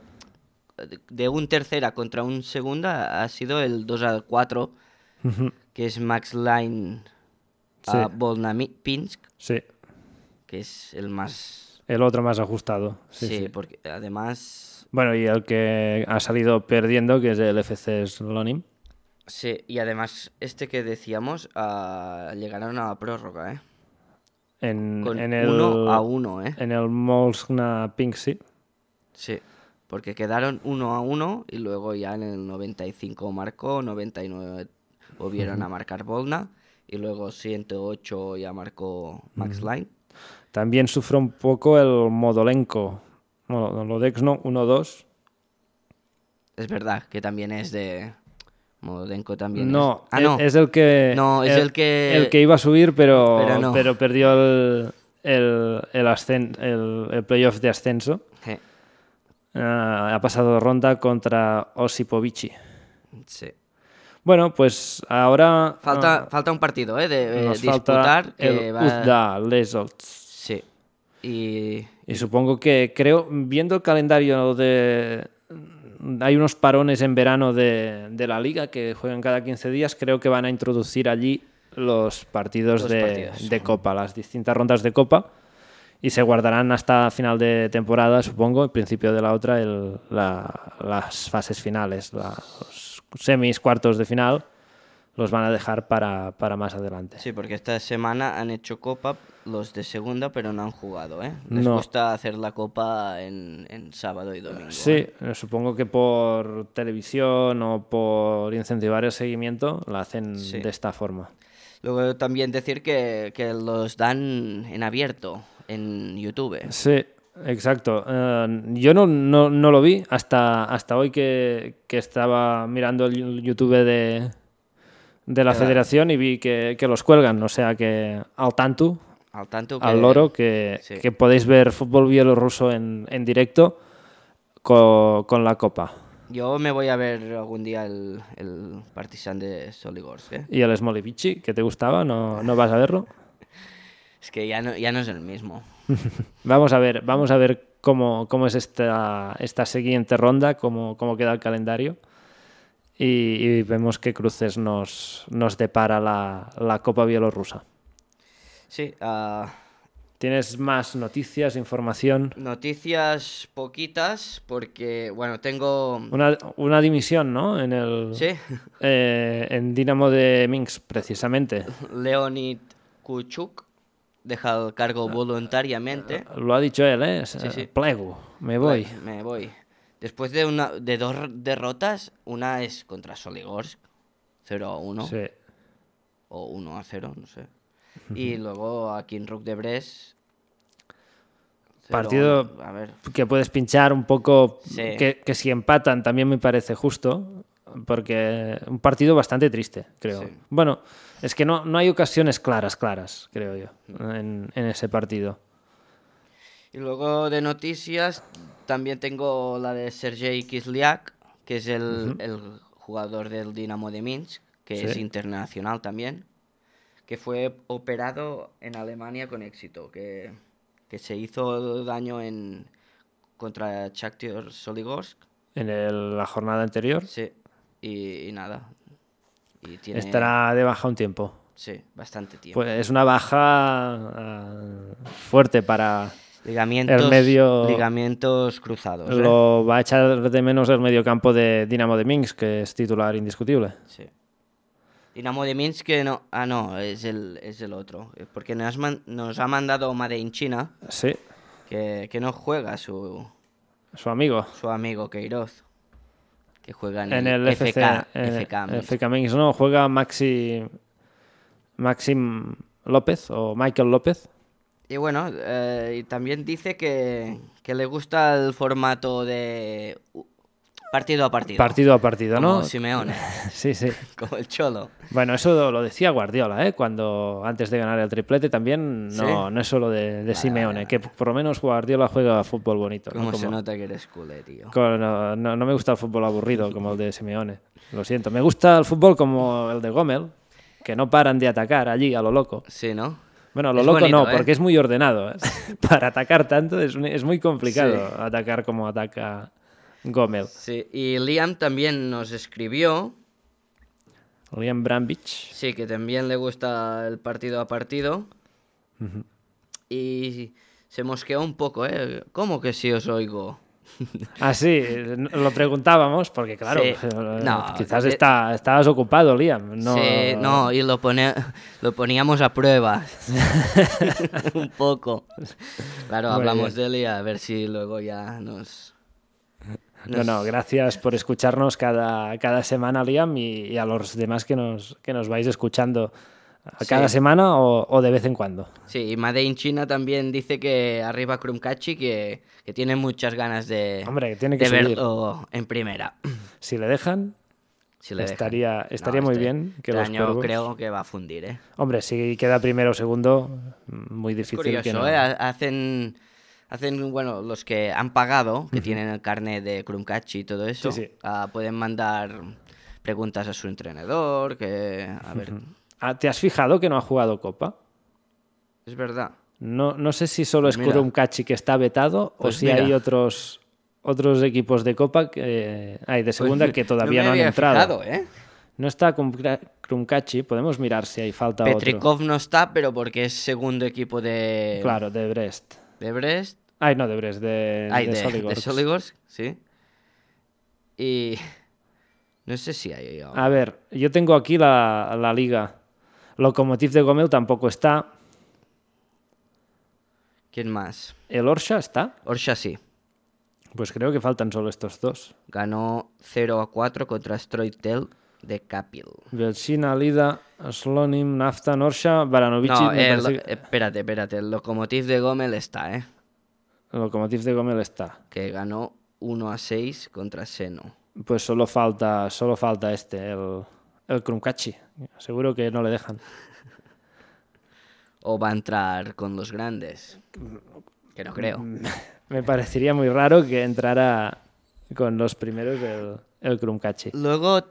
B: de un tercera contra un segunda ha sido el 2 a 4,
A: Ujú,
B: que es Max Line
A: Sí.
B: a Volnamipinsk,
A: sí.
B: que es el más.
A: El otro más ajustado. Sí,
B: Sí,
A: sí.
B: porque además.
A: Bueno, y el que ha salido perdiendo, que es el FC Slonim.
B: Sí, y además, este que decíamos, ah, llegaron a la prórroga, ¿eh?
A: En,
B: Con
A: en el,
B: uno a uno, ¿eh?
A: En el Molsna Pink, sí.
B: Sí, porque quedaron uno a uno y luego ya en el 95 marcó, 99 volvieron a marcar Bolna y luego 108 ya marcó Max Line.
A: También sufre un poco el Modolenko. Bueno, Lodex no, 1-2.
B: Es verdad que también es de Modenko también.
A: No, e-
B: es... Ah, no.
A: es el que.
B: No, es el que-
A: El que iba a subir, pero,
B: Pero
A: pero,
B: no.
A: perdió el, el, el, ascen- el- el playoff de ascenso.
B: Eh,
A: Ah, ha pasado ronda contra Osipovici.
B: sí.
A: Bueno, pues ahora. ah,
B: Falta, falta un partido, ¿eh? De, eh,
A: nos
B: disputar.
A: falta el
B: que va-
A: Uzda Lesots.
B: Sí. Y
A: Y supongo que, creo, viendo el calendario de... Hay unos parones en verano de, de la liga que juegan cada 15 días. Creo que van a introducir allí los partidos,
B: Los
A: de,
B: partidos.
A: de Copa, las distintas rondas de Copa. Y se guardarán hasta final de temporada, supongo, en principio de la otra, el- la- las fases finales, la- los semis, cuartos de final. Los van a dejar para, para más adelante.
B: Sí, porque esta semana han hecho copa los de segunda, pero no han jugado, ¿eh? Les
A: No.
B: gusta hacer la copa en, en sábado y domingo.
A: Sí,
B: ¿eh?
A: eh, supongo que por televisión o por incentivar el seguimiento la hacen
B: Sí.
A: de esta forma.
B: Luego también decir que, que los dan en abierto en YouTube.
A: Sí, exacto. Eh, yo no, no, no lo vi hasta, hasta hoy que, que estaba mirando el YouTube de, de la
B: Claro.
A: federación y vi que, que los cuelgan. O sea que al tanto,
B: Al tanto que...
A: al loro, que,
B: sí.
A: que podéis ver fútbol bielorruso en, en directo co- con la copa.
B: Yo me voy a ver algún día el, el Partizan de Soligorsk, ¿eh?
A: ¿Y el Smolivici, que te gustaba? ¿No, no vas a verlo?
B: Es que ya no, ya no es el mismo.
A: Vamos a ver, vamos a ver cómo, cómo es esta, esta siguiente ronda, cómo, cómo queda el calendario. Y, y vemos qué cruces nos, nos depara la, la Copa Bielorrusa.
B: Sí, ah,
A: ¿Tienes más noticias, información?
B: noticias poquitas porque, bueno, tengo...
A: Una, una dimisión, ¿no? En el
B: Sí,
A: eh, en Dinamo de Minsk, precisamente.
B: Leonid Kuchuk deja el cargo voluntariamente.
A: Lo ha dicho él, ¿eh?
B: sí.
A: Plego, me voy.
B: Me voy. Después de, una, de dos derrotas, una es contra Soligorsk, 0 a 1,
A: Sí.
B: o 1 a 0, no sé. Y luego aquí en Rook de Bres. 0 a
A: Partido-
B: 1, A ver,
A: que puedes pinchar un poco,
B: Sí.
A: que, que si empatan también me parece justo, porque un partido bastante triste, creo.
B: Sí.
A: Bueno, es que no, no hay ocasiones claras, claras, creo yo, en, en ese partido.
B: Y luego de noticias, también tengo la de Sergei Kislyak, que es el, el jugador del Dinamo de Minsk, que es
A: Sí.
B: internacional también, que fue operado en Alemania con éxito, que, que se hizo daño en contra Shakhtar Soligorsk,
A: En el- la jornada anterior
B: sí, y, y nada. Y tiene,
A: estará de baja un tiempo.
B: Sí, bastante tiempo.
A: Pues es una baja ah, fuerte para...
B: ligamientos,
A: medio-
B: ligamientos cruzados. ¿eh?
A: Lo va a echar de menos el mediocampo de Dinamo de Minsk, que es titular indiscutible.
B: Sí. Dinamo de Minsk que no. Ah, no, es el, es el otro. Eh, Porque nos, man- nos ha mandado Made in China,
A: Sí,
B: que, que no juega su,
A: su amigo.
B: su amigo Queiroz. Que juega en,
A: en el eh,
B: FK.
A: FCA, en
B: FK
A: el
B: Minsk.
A: FK Minsk, no, juega Maxi Maxim López o Michael López
B: Y bueno, eh, y también dice que, que le gusta el formato de u- partido a partido.
A: Partido a partido,
B: como
A: ¿no?
B: Simeone,
A: Sí, sí.
B: como el Cholo.
A: Bueno, eso lo decía Guardiola, ¿eh? Cuando antes de ganar el triplete también, no,
B: ¿Sí?
A: no es solo de, de Simeone,
B: vale,
A: que por lo menos Guardiola juega fútbol bonito. ¿no?
B: Como se
A: Como-
B: nota que eres culé, tío.
A: con- no, no- no me gusta el fútbol aburrido como el de Simeone, lo siento. Me gusta el fútbol como el de Gómez, que no paran de atacar allí a lo loco.
B: Sí, ¿no?
A: Bueno, a lo
B: Es
A: loco no,
B: bonito, ¿eh?
A: porque es muy ordenado. ¿eh? Para atacar tanto es, un- es muy complicado
B: Sí.
A: atacar como ataca Gómez.
B: Sí, y Liam también nos escribió,
A: Liam Brambich.
B: sí, que también le gusta el partido a partido. Y se mosqueó un poco, ¿eh? ¿Cómo que sí os oigo?
A: Ah, sí, lo preguntábamos porque, claro,
B: Sí.
A: eh,
B: No,
A: quizás
B: de-
A: está, estabas ocupado, Liam. No,
B: Sí, no, y lo, pone- lo poníamos a prueba. un poco. Claro,
A: Muy
B: hablamos de él y a ver si luego ya nos...
A: No, no, gracias por escucharnos cada, cada semana, Liam, y, y a los demás que nos, que nos vais escuchando a cada semana o, o de vez en cuando.
B: Sí, y Made in China también dice que arriba Krumkachi que, que tiene muchas ganas de,
A: Hombre, que tiene que
B: de
A: subir.
B: verlo en primera.
A: Si le dejan,
B: Si le dejan.
A: Estaría- estaría muy bien que
B: este
A: los
B: año
A: cuervos-
B: creo que va a fundir, ¿eh?
A: hombre, si queda primero o segundo, muy difícil que
B: Curioso,
A: no.
B: ¿eh? Ha- Hacen, hacen, bueno, los que han pagado, que tienen el carnet de Krumkachi y todo eso,
A: Sí, sí.
B: ah, pueden mandar preguntas a su entrenador, que, a ver,
A: Ah, ¿Te has fijado que no ha jugado Copa?
B: es verdad.
A: No, no sé si solo es
B: Pues Mira.
A: Kurumkachi que está vetado
B: Pues
A: o si
B: mira.
A: hay otros, otros equipos de Copa que, ay, de segunda
B: Pues,
A: que todavía
B: me
A: no, han
B: había
A: entrado.
B: fijado, ¿eh?
A: No está Krumkachi, podemos mirar si hay falta otro.
B: Petrikov no está, pero porque es segundo equipo de,
A: Claro, de Brest.
B: de Brest.
A: Ay, no, de Brest, de,
B: Ay,
A: de
B: de, de
A: Soligorsk.
B: Soligorsk, sí. Y no sé si hay...
A: A ver, yo tengo aquí la, la liga. Lokomotiv de Gomel tampoco está.
B: ¿Quién más?
A: ¿El Orsha está?
B: Orsha sí.
A: Pues creo que faltan solo estos dos.
B: ganó 0 a 4 contra Stroitel de Kapil.
A: Belchina, Lida, Slonim, Naftan, Orsha, Baranovichi.
B: No,
A: me
B: el- eh,
A: parece que-
B: espérate, espérate. El Lokomotiv de Gomel está, ¿eh?
A: Lokomotiv de Gomel está.
B: Que ganó 1 a 6 contra Seno.
A: Pues solo falta, solo falta este, el, el Krumkachi. Seguro que no le dejan.
B: O va a entrar con los grandes. Que no creo.
A: Me parecería muy raro que entrara con los primeros el, el Krumkachi.
B: Luego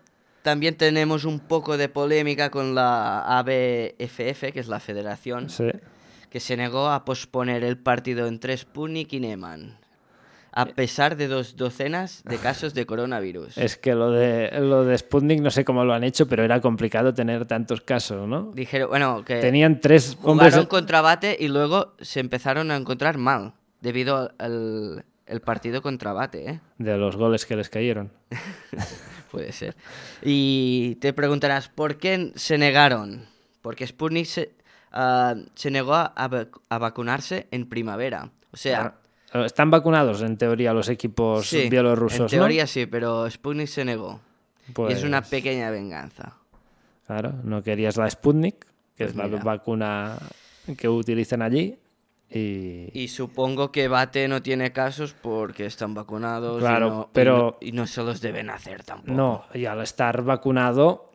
B: también tenemos un poco de polémica con la ABFF, que es la federación,
A: Sí.
B: que se negó a posponer el partido entre Sputnik y Neman. A pesar de dos docenas de casos de coronavirus.
A: Es que lo de, lo de Sputnik no sé cómo lo han hecho, pero era complicado tener tantos casos, ¿no?
B: Dijeron, bueno, que...
A: Tenían tres hombres.
B: Eh, Jugaron contra Bate y luego se empezaron a encontrar mal debido al el partido contra Bate, ¿eh?
A: de los goles que les cayeron.
B: Puede ser. Y te preguntarás, ¿por qué se negaron? Porque Sputnik se, ah, se negó a, vac- a vacunarse en primavera. O sea,
A: Ah, Están vacunados, en teoría, los equipos
B: sí, en
A: bielorrusos,
B: teoría sí, pero Sputnik se negó.
A: ¿no?
B: Y es una
A: Pues,
B: pequeña venganza.
A: Claro, no querías la Sputnik, que es la
B: Pues mira.
A: vacuna que utilizan allí. Y,
B: Y supongo que Bate no tiene casos porque están vacunados y
A: Claro,
B: no- y, no,
A: pero-
B: y no se los deben hacer tampoco.
A: no, y al estar vacunado,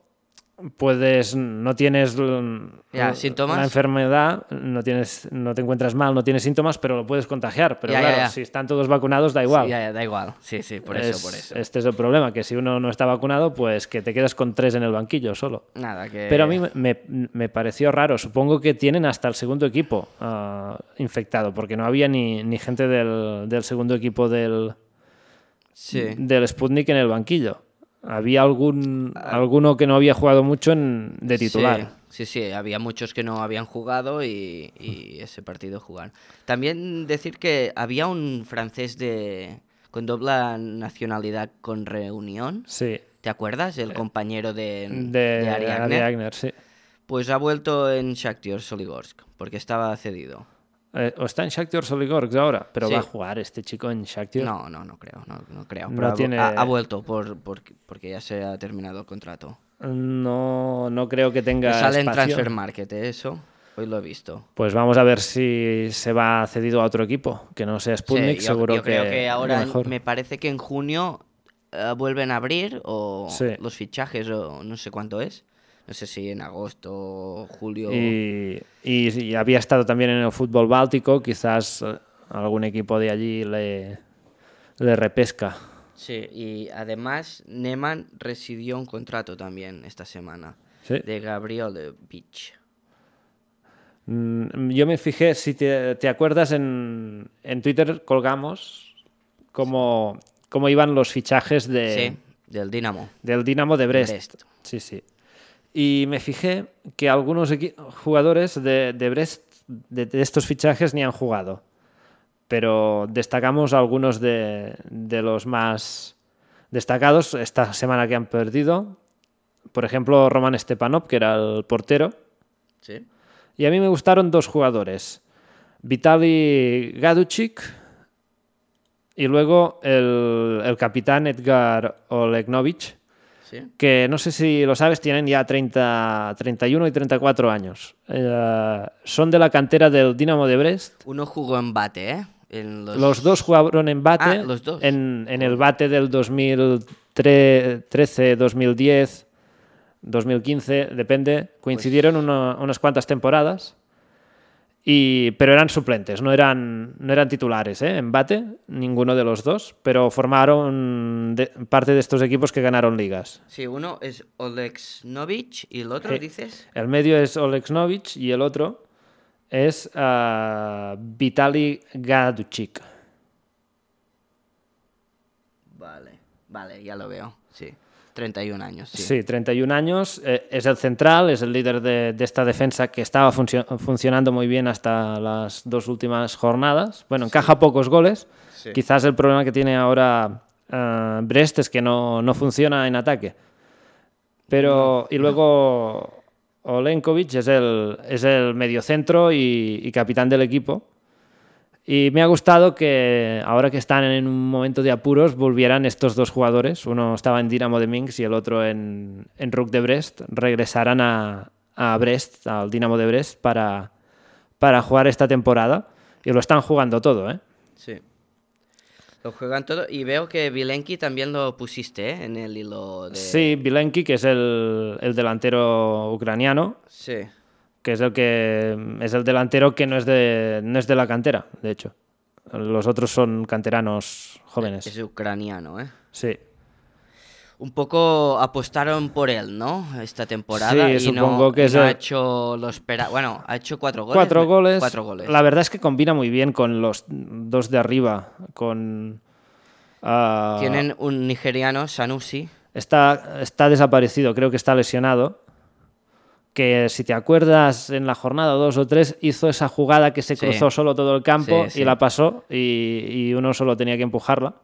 A: puedes. No tienes. l-
B: Ya,
A: l-
B: ¿síntomas?
A: La enfermedad, no, tienes, no te encuentras mal, no tienes síntomas, pero lo puedes contagiar. Pero
B: Ya, ya,
A: claro,
B: ya.
A: si están todos vacunados, da igual.
B: Sí, ya, ya, da igual. Sí, sí, por eso,
A: Es-
B: por eso.
A: Este es el problema, que si uno no está vacunado, pues que te quedas con tres en el banquillo solo.
B: Nada, que.
A: Pero a mí me- me, me pareció raro. Supongo que tienen hasta el segundo equipo ah, infectado, porque no había ni, ni gente del, del segundo equipo del,
B: Sí.
A: del Sputnik en el banquillo. Había algún alguno que no había jugado mucho en- de titular.
B: Ah. Sí, sí, sí, había muchos que no habían jugado y, y ese partido jugaron. También decir que había un francés de con doble nacionalidad con reunión.
A: Sí.
B: ¿Te acuerdas? El compañero de,
A: Eh, De,
B: Mm. de Ari Agner.
A: Agner, sí.
B: Pues ha vuelto en Shakhtar Soligorsk porque estaba cedido.
A: Eh, o está en Shakhtar Soligorsk ahora, pero
B: Sí.
A: va a jugar este chico en Shakhtar.
B: No, no, no creo, no, no creo.
A: No
B: pero ha vu-
A: tiene-
B: ha, ha vuelto por, por- porque ya se ha terminado el contrato.
A: No, no creo que
B: Que
A: tenga
B: sale en
A: espacio.
B: Transfer Market, ¿eh? eso. Hoy lo he visto.
A: Pues vamos a ver si se va cedido a otro equipo, que no sea Sputnik,
B: Sí, yo-
A: seguro
B: yo creo que
A: que
B: ahora
A: mejor.
B: me parece que en junio eh, vuelven a abrir o
A: Sí.
B: los fichajes o no sé cuánto es. No sé si en agosto o julio.
A: Y, y- y había estado también en el fútbol báltico, quizás eh, algún equipo de allí le, le repesca.
B: Sí, y además Neman recibió un contrato también esta semana
A: Sí.
B: de Gabriel Beach.
A: Mm, Yo me fijé, si te, te acuerdas, en, en Twitter colgamos cómo, cómo iban los fichajes de,
B: Sí, del Dinamo.
A: del Dinamo de Eh, Brest.
B: Brest.
A: Sí, sí. Y me fijé que algunos equi- jugadores de, de Brest, de, de estos fichajes, ni han jugado. Pero destacamos algunos de, de los más destacados esta semana que han perdido. Por ejemplo, Roman Stepanov, que era el portero.
B: Sí.
A: Y a mí me gustaron dos jugadores. Vitali Gaduchik y luego el, el capitán Edgar Olegnovich,
B: Sí.
A: que no sé si lo sabes, tienen ya 30, 31 y 34 años. Eh, son de la cantera del Dinamo de Brest.
B: Uno jugó en bate, ¿eh? En los...
A: Los dos jugaron en bate
B: Ah, los dos.
A: En, en el bate del 2013, 2010, 2015, depende. Coincidieron
B: Pues
A: una- unas cuantas temporadas, y, pero eran suplentes, no eran, no eran titulares ¿eh? en bate, ninguno de los dos, pero formaron de- parte de estos equipos que ganaron ligas.
B: Sí, uno es Olex Novich y el otro,
A: Sí.
B: dices,
A: El medio es Oleksnovich y el otro es ah, Vitali Gaduchik.
B: Vale, vale, ya lo veo, sí. 31 años, sí.
A: Sí. 31 años, eh, es el central, es el líder de, de esta defensa que estaba funcio- funcionando muy bien hasta las dos últimas jornadas. Bueno, encaja pocos goles.
B: Sí.
A: Quizás el problema que tiene ahora eh, Brest es que no, no funciona en ataque. Pero, y luego Olenkovic es el, es el mediocentro y, y capitán del equipo. Y me ha gustado que ahora que están en un momento de apuros volvieran estos dos jugadores. Uno estaba en Dinamo de Minsk y el otro en, en Rook de Brest. Regresaran a, a Brest, al Dinamo de Brest, para, para jugar esta temporada. Y lo están jugando todo, ¿eh?
B: Sí. Lo juegan todo y veo que Vilenki también lo pusiste ¿eh? en el hilo de...
A: Sí, Bilenki, que es el, el delantero ucraniano,
B: Sí.
A: que es el que es el delantero que no es de, no es de la cantera, de hecho. Los otros son canteranos
B: Es
A: jóvenes.
B: ucraniano, ¿eh?
A: Sí.
B: Un poco apostaron por él, ¿no? Esta temporada.
A: Sí,
B: y
A: supongo
B: no,
A: que
B: y
A: es
B: no
A: el-
B: ha hecho lo espera- Bueno, ha hecho cuatro goles.
A: Cuatro
B: ¿no?
A: goles.
B: Cuatro goles.
A: La verdad es que combina muy bien con los dos de arriba, con... ah,
B: Tienen un nigeriano, Sanusi.
A: está, está desaparecido, creo que está lesionado. Que si te acuerdas, en la jornada 2 o 3 hizo esa jugada que se
B: Sí.
A: cruzó solo todo el campo
B: Sí, sí.
A: y la pasó y, y uno solo tenía que empujarla.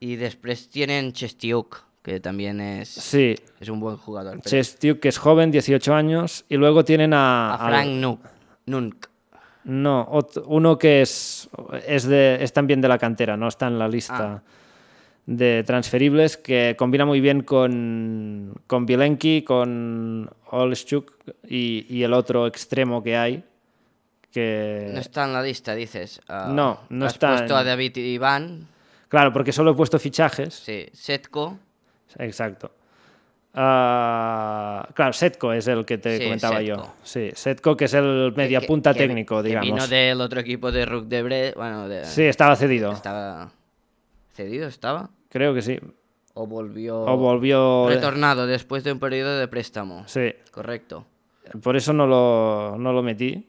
B: Y después tienen Chestiuk, que también es,
A: Sí,
B: es un buen jugador. pero-
A: Chestiuk, que es joven, 18 años, y luego tienen a...
B: a
A: al-
B: Frank Nuk- Nunk.
A: No, ot- uno que es, es, de, es también de la cantera, no está en la
B: Ah.
A: lista de transferibles, que combina muy bien con, con Bielenki, con Olschuk y, y el otro extremo que hay. Que,
B: No está en la lista, dices. Ah,
A: No, no
B: has
A: está
B: puesto
A: en-
B: a David Iván,
A: Claro, porque solo he puesto fichajes.
B: sí, Setko.
A: Exacto. Ah, claro, Setko es el que te
B: Sí,
A: comentaba yo.
B: Setko.
A: Sí, Setko, que es el media
B: que-
A: punta
B: que-
A: técnico,
B: que
A: digamos.
B: vino del otro equipo de Rook de Bre... Bueno, de-
A: Sí, estaba cedido.
B: estaba cedido, estaba.
A: Creo que sí.
B: O volvió...
A: O volvió.
B: Retornado después de un periodo de préstamo.
A: Sí,
B: Correcto.
A: por eso no lo, no lo metí.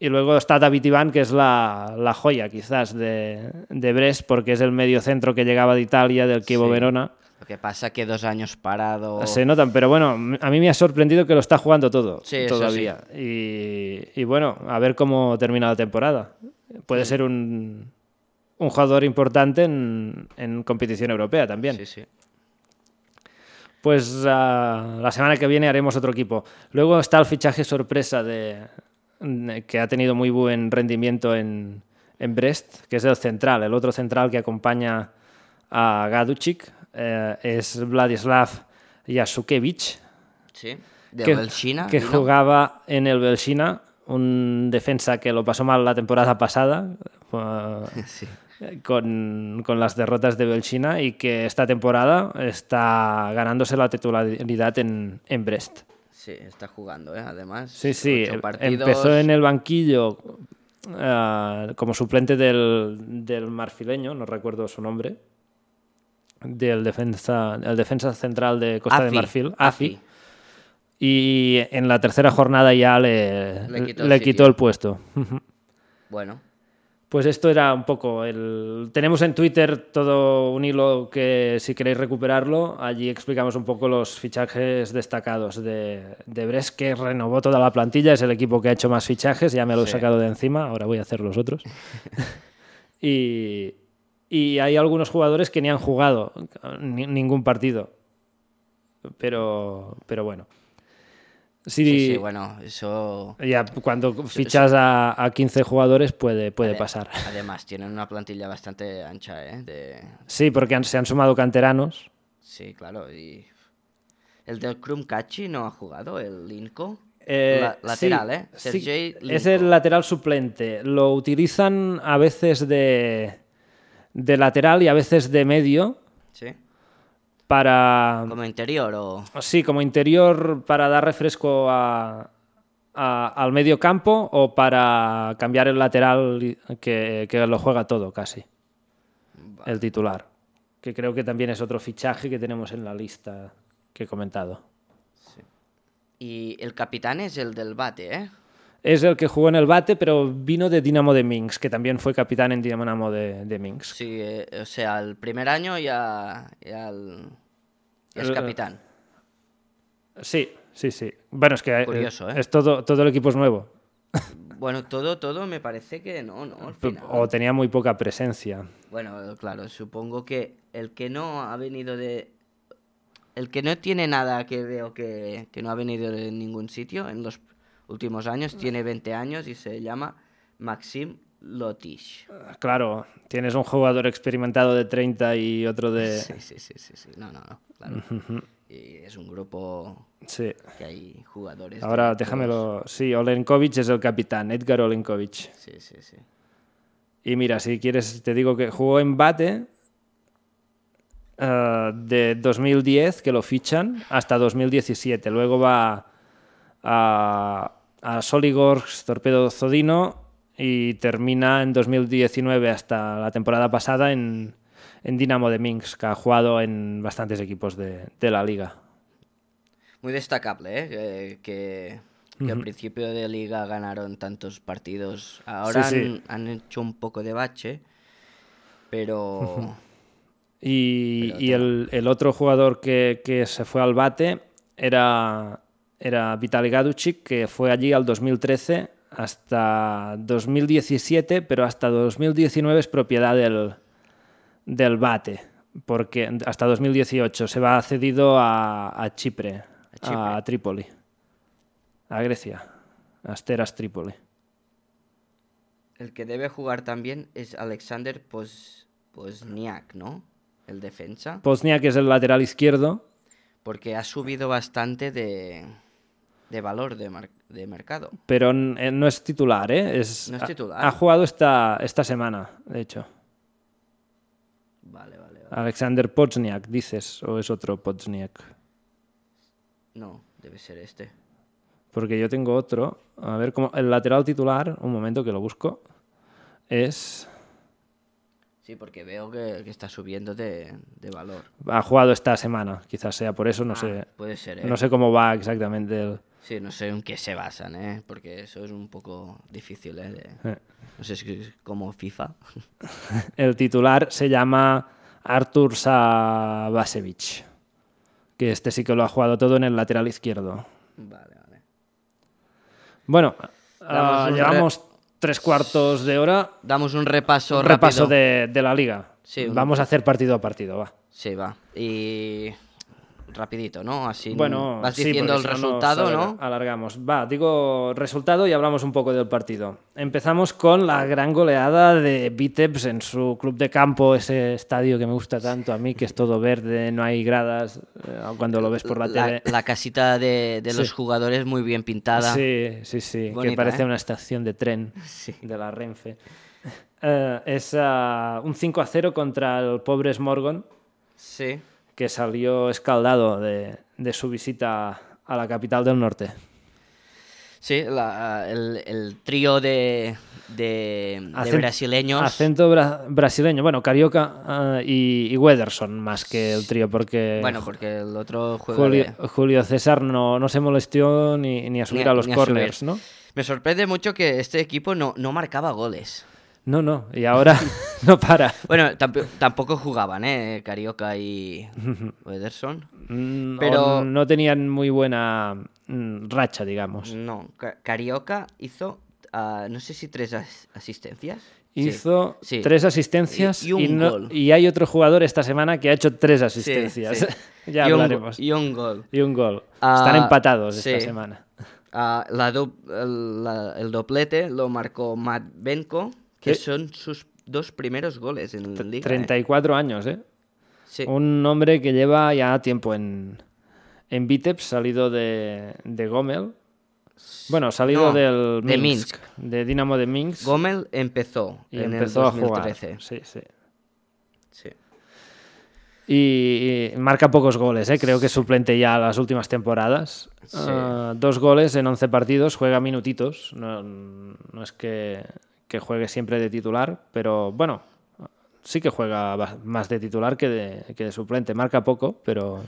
A: Y luego está David Iván, que es la, la joya quizás de, de Brest, porque es el medio centro que llegaba de Italia, del Chievo
B: Sí. Oh.
A: Verona.
B: Lo que pasa que dos años parado...
A: Se notan, pero bueno, a mí me ha sorprendido que lo está jugando todo
B: Sí, eso
A: todavía. Y, y bueno, a ver cómo termina la temporada. Puede ser un, un jugador importante en, en competición europea también.
B: Sí, sí.
A: Pues ah, la semana que viene haremos otro equipo. Luego está el fichaje sorpresa de que ha tenido muy buen rendimiento en, en Brest, que es el central. El otro central que acompaña a Gaduchik eh, es Vladislav Yasukevich,
B: Sí. de
A: que,
B: Belchina.
A: que
B: vino.
A: jugaba en el Belchina, un defensa que lo pasó mal la temporada pasada eh,
B: Sí.
A: con, con las derrotas de Belchina y que esta temporada está ganándose la titularidad en, en Brest.
B: Sí, está jugando, ¿eh? además.
A: Sí, sí,
B: ocho
A: em-
B: partidos.
A: empezó en el banquillo ah, como suplente del, del marfileño, no recuerdo su nombre, del defensa, el defensa central de Costa de
B: Afi,
A: Marfil, Afi.
B: Afi.
A: Y en la tercera jornada ya le,
B: Le
A: le
B: quitó
A: quitó,
B: el
A: el,
B: sitio.
A: puesto.
B: Bueno,
A: Pues esto era un poco el... Tenemos en Twitter todo un hilo que si queréis recuperarlo, allí explicamos un poco los fichajes destacados de, de Brest, que renovó toda la plantilla, es el equipo que ha hecho más fichajes, ya me lo he
B: Sí.
A: sacado de encima, ahora voy a hacer los otros. y, y hay algunos jugadores que ni han jugado ni- ningún partido, pero, pero bueno. Sí,
B: sí, sí, bueno, eso.
A: Ya cuando fichas a, a 15 jugadores puede, puede pasar.
B: Además, tienen una plantilla bastante ancha, ¿eh? De...
A: Sí, porque han- se han sumado canteranos.
B: Sí, claro, y. El del Krumkachi no ha jugado, el Linko.
A: Eh,
B: La-
A: sí,
B: lateral, ¿eh?
A: sí,
B: Sergei
A: es
B: Linko.
A: el lateral suplente. Lo utilizan a veces de, de lateral y a veces de medio
B: Sí.
A: para...
B: Como interior o.
A: Sí, como interior para dar refresco a- a- al medio campo o para cambiar el lateral y- que, que lo juega todo casi. El titular. Que creo que también es otro fichaje que tenemos en la lista que he comentado.
B: Y el capitán es el del bate, ¿eh?
A: Es el que jugó en el bate, pero vino de Dinamo de Minsk, que también fue capitán en Dinamo de, de Minsk.
B: Sí, eh, o sea, el primer año ya, ya, el- ya es
A: Eh,
B: capitán.
A: Sí, sí, sí. Bueno, es que eh,
B: Curioso, ¿eh?
A: es todo, todo el equipo es nuevo.
B: Bueno, todo, todo me parece que no, ¿no? Al final.
A: O tenía muy poca presencia.
B: Bueno, claro, supongo que el que no ha venido de... El que no tiene nada que veo que, que no ha venido de ningún sitio en los últimos
A: Mm.
B: años, tiene 20 años y se llama Maxim Lotish.
A: Claro, tienes un jugador experimentado de 30 y otro de...
B: Sí, sí, sí, sí, sí. No, no, no, claro. Y es un grupo
A: Sí.
B: que hay jugadores... de
A: Ahora
B: todos.
A: déjamelo. Sí, Olenkovic es el capitán, Edgar Olenkovic.
B: Sí, sí, sí.
A: Y mira, si quieres, te digo que jugó en bate eh, de 2010, que lo fichan, hasta 2017. Luego va a, a Soligorsk, Torpedo Zodino, y termina en 2019, hasta la temporada pasada, en, en Dinamo de Minsk, que ha jugado en bastantes equipos de, de la liga.
B: Muy destacable, ¿eh? Que, que- que al principio de liga ganaron tantos partidos. Ahora
A: Sí,
B: han,
A: sí.
B: han hecho un poco de bache, pero...
A: Y,
B: Pero
A: y
B: te-
A: el, el otro jugador que, que se fue al bate era, era Vitaly Gaduchik, que fue allí al 2013 hasta 2017, pero hasta 2019 es propiedad del, del bate, porque hasta 2018 se va cedido a, a Chipre,
B: A
A: a,
B: Chipre.
A: Trípoli, a Grecia, a Asteras Trípoli.
B: El que debe jugar también es Alexander Pos- Pozniak, ¿no? El defensa.
A: Pozniak es el lateral izquierdo.
B: Porque ha subido bastante de, de valor de, mar- de mercado.
A: Pero n- eh, no es titular, ¿eh? Es,
B: No es
A: ha-
B: titular.
A: Ha, jugado esta, esta semana, de hecho.
B: Vale, vale, vale.
A: Alexander Pozniak, dices, o es otro Pozniak.
B: No, debe ser este.
A: Porque yo tengo otro. A ver, cómo el lateral titular, un momento que lo busco, es...
B: Sí, porque veo que, que está subiendo de, de valor.
A: Ha jugado esta semana, quizás sea por eso, no sé.
B: Puede ser, Ah, ¿eh?
A: No sé cómo va exactamente el...
B: Sí, no sé en qué se basan, ¿eh? Porque eso es un poco difícil, ¿eh? De-
A: eh.
B: No sé si es como FIFA.
A: El titular se llama Artur Sabasevich, que este sí que lo ha jugado todo en el lateral izquierdo.
B: vale, vale.
A: Bueno, ah,
B: un re-
A: llevamos tres cuartos de hora.
B: Damos un repaso rápido.
A: Repaso de, de la liga.
B: Sí, un-
A: Vamos a hacer partido a partido, va.
B: Sí, va. Y rapidito, ¿no? Así
A: Bueno,
B: vas
A: sí,
B: diciendo el
A: porque si no nos
B: resultado,
A: alar-
B: ¿no?
A: Alargamos. Va, digo resultado y hablamos un poco del partido. Empezamos con la gran goleada de Vitebs en su club de campo, ese estadio que me gusta tanto a mí, que es todo verde, no hay gradas, eh, cuando lo ves por la,
B: La,
A: tele.
B: la casita de, de los
A: Sí.
B: jugadores muy bien pintada.
A: Sí, sí, sí, que
B: Bonita,
A: parece
B: ¿eh?
A: una estación de tren
B: Sí.
A: de la Renfe. Eh, es ah, un 5 a 0 contra el pobre Smorgon,
B: Sí.
A: que salió escaldado de, de su visita a la capital del norte.
B: Sí, la- el, el trío de, de, de
A: Acen-
B: brasileños.
A: Acento bra- brasileño. Bueno, Carioca eh, y, y Wederson más que el trío, porque
B: bueno, pues porque el otro juego.
A: Julio, Julio César no, no se molestó ni, ni a subir
B: Ni a-
A: a los
B: ni a
A: corners,
B: subir.
A: ¿no?
B: Me sorprende mucho que este equipo no, no marcaba goles.
A: No, no. Y ahora no para.
B: Bueno, tamp- tampoco jugaban, ¿eh? Carioca y Ederson.
A: Mm, o
B: Pero-
A: no tenían muy buena mm, racha, digamos.
B: No, Ca- Carioca hizo, ah, no sé si tres as- asistencias. Sí.
A: Hizo
B: sí.
A: tres asistencias
B: Y- y un
A: no-
B: gol.
A: y hay otro jugador esta semana que ha hecho tres
B: Sí,
A: asistencias.
B: sí.
A: ya
B: y un go-
A: hablaremos.
B: y un gol.
A: Y un gol.
B: Ah,
A: Están empatados esta
B: sí.
A: semana.
B: Ah, la do- el, la- el doblete lo marcó Matt Benko, que
A: Sí.
B: son sus dos primeros goles en la liga. ¿eh?
A: 34 años, ¿eh?
B: Sí.
A: Un hombre que lleva ya tiempo en, en Vitebs, salido de, de Gomel. Bueno, salido
B: No,
A: del
B: de
A: Minsk, de Dinamo de Minsk.
B: Gomel empezó
A: y
B: en
A: empezó a
B: el
A: jugar.
B: 2013.
A: Sí, sí.
B: Sí.
A: Y, y marca pocos goles, ¿eh? creo que es suplente ya las últimas temporadas.
B: Sí.
A: Ah, dos goles en 11 partidos, juega minutitos. No, no es que, que juegue siempre de titular, pero bueno, sí que juega ba- más de titular que de, que de suplente. Marca poco, pero,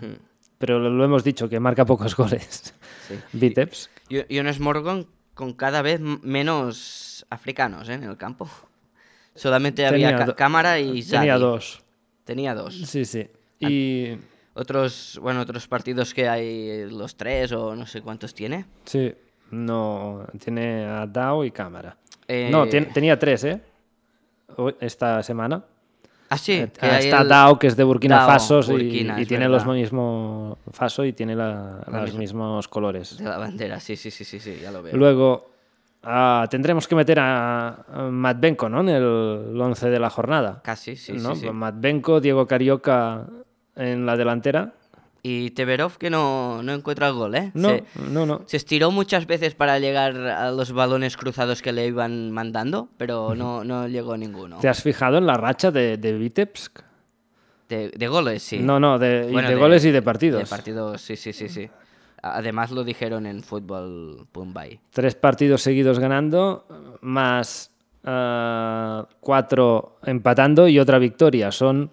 A: pero lo lo hemos dicho, que marca pocos goles.
B: Sí.
A: Vitebs.
B: Y, y un Smorgon con cada vez m- menos africanos ¿eh? en el campo. Solamente había
A: Tenía
B: Ca-
A: do-
B: cámara y Ah. Zadi.
A: Tenía dos.
B: Tenía dos.
A: Sí, sí. Y.
B: Otros, bueno, otros partidos que hay, eh, los tres o no sé cuántos tiene.
A: Sí. No, tiene a Dao y cámara.
B: Eh,
A: No, ten- tenía tres, ¿eh? Hoy- Esta semana.
B: Ah, sí. que
A: Ah,
B: hay
A: está
B: el-
A: Dao, que es de Burkina
B: Dao,
A: Faso y-
B: Burkina,
A: y,
B: es
A: tiene
B: verdad.
A: los mismos Faso y tiene la-
B: La
A: los
B: misma-
A: mismos colores.
B: De la bandera, sí, sí, sí, sí, sí ya lo veo.
A: Luego ah, tendremos que meter a, a Matt Benko, ¿no? En el 11 de la jornada.
B: Casi, sí,
A: ¿no?
B: sí, sí.
A: Matt Benko, Diego Carioca en la delantera.
B: Y Teverov que no, no encuentra el gol, ¿eh?
A: No,
B: Se,
A: no, no.
B: se estiró muchas veces para llegar a los balones cruzados que le iban mandando, pero no, no llegó ninguno.
A: ¿Te has fijado en la racha de, de Vitebsk?
B: De, de goles, sí.
A: No, no, de, y
B: Bueno,
A: de goles y de partidos.
B: De partidos, sí, sí, sí, sí. A- Además lo dijeron en Fútbol Bombay.
A: Tres partidos seguidos ganando, más ah, cuatro empatando y otra victoria. Son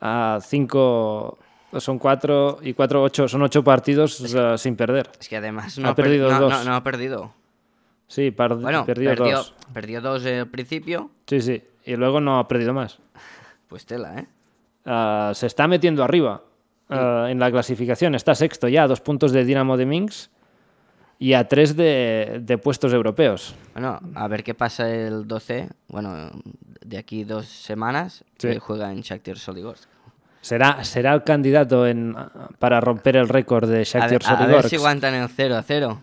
A: ah, cinco, son cuatro y cuatro, ocho, son ocho partidos ah, sin perder.
B: Es que además no
A: Ha
B: ha, per-
A: perdido
B: no-
A: dos.
B: no- no ha perdido.
A: Sí, par-
B: Bueno,
A: perdió,
B: perdió, perdió
A: dos.
B: dos. al principio,
A: Sí, sí. Y luego no ha perdido más.
B: pues tela, ¿eh?
A: Ah, se está metiendo arriba ah, en la clasificación. Está sexto ya, a dos puntos de Dinamo de Minsk y a tres de, de puestos europeos.
B: Bueno, a ver qué pasa el 12. Bueno, de aquí dos semanas
A: Sí.
B: eh, juega en Shakhtar Soligorsk.
A: Será, será el candidato en, para romper el récord de
B: A
A: Shakhtar
B: ver, a ver
A: Soligorsk.
B: si aguantan el 0 a 0.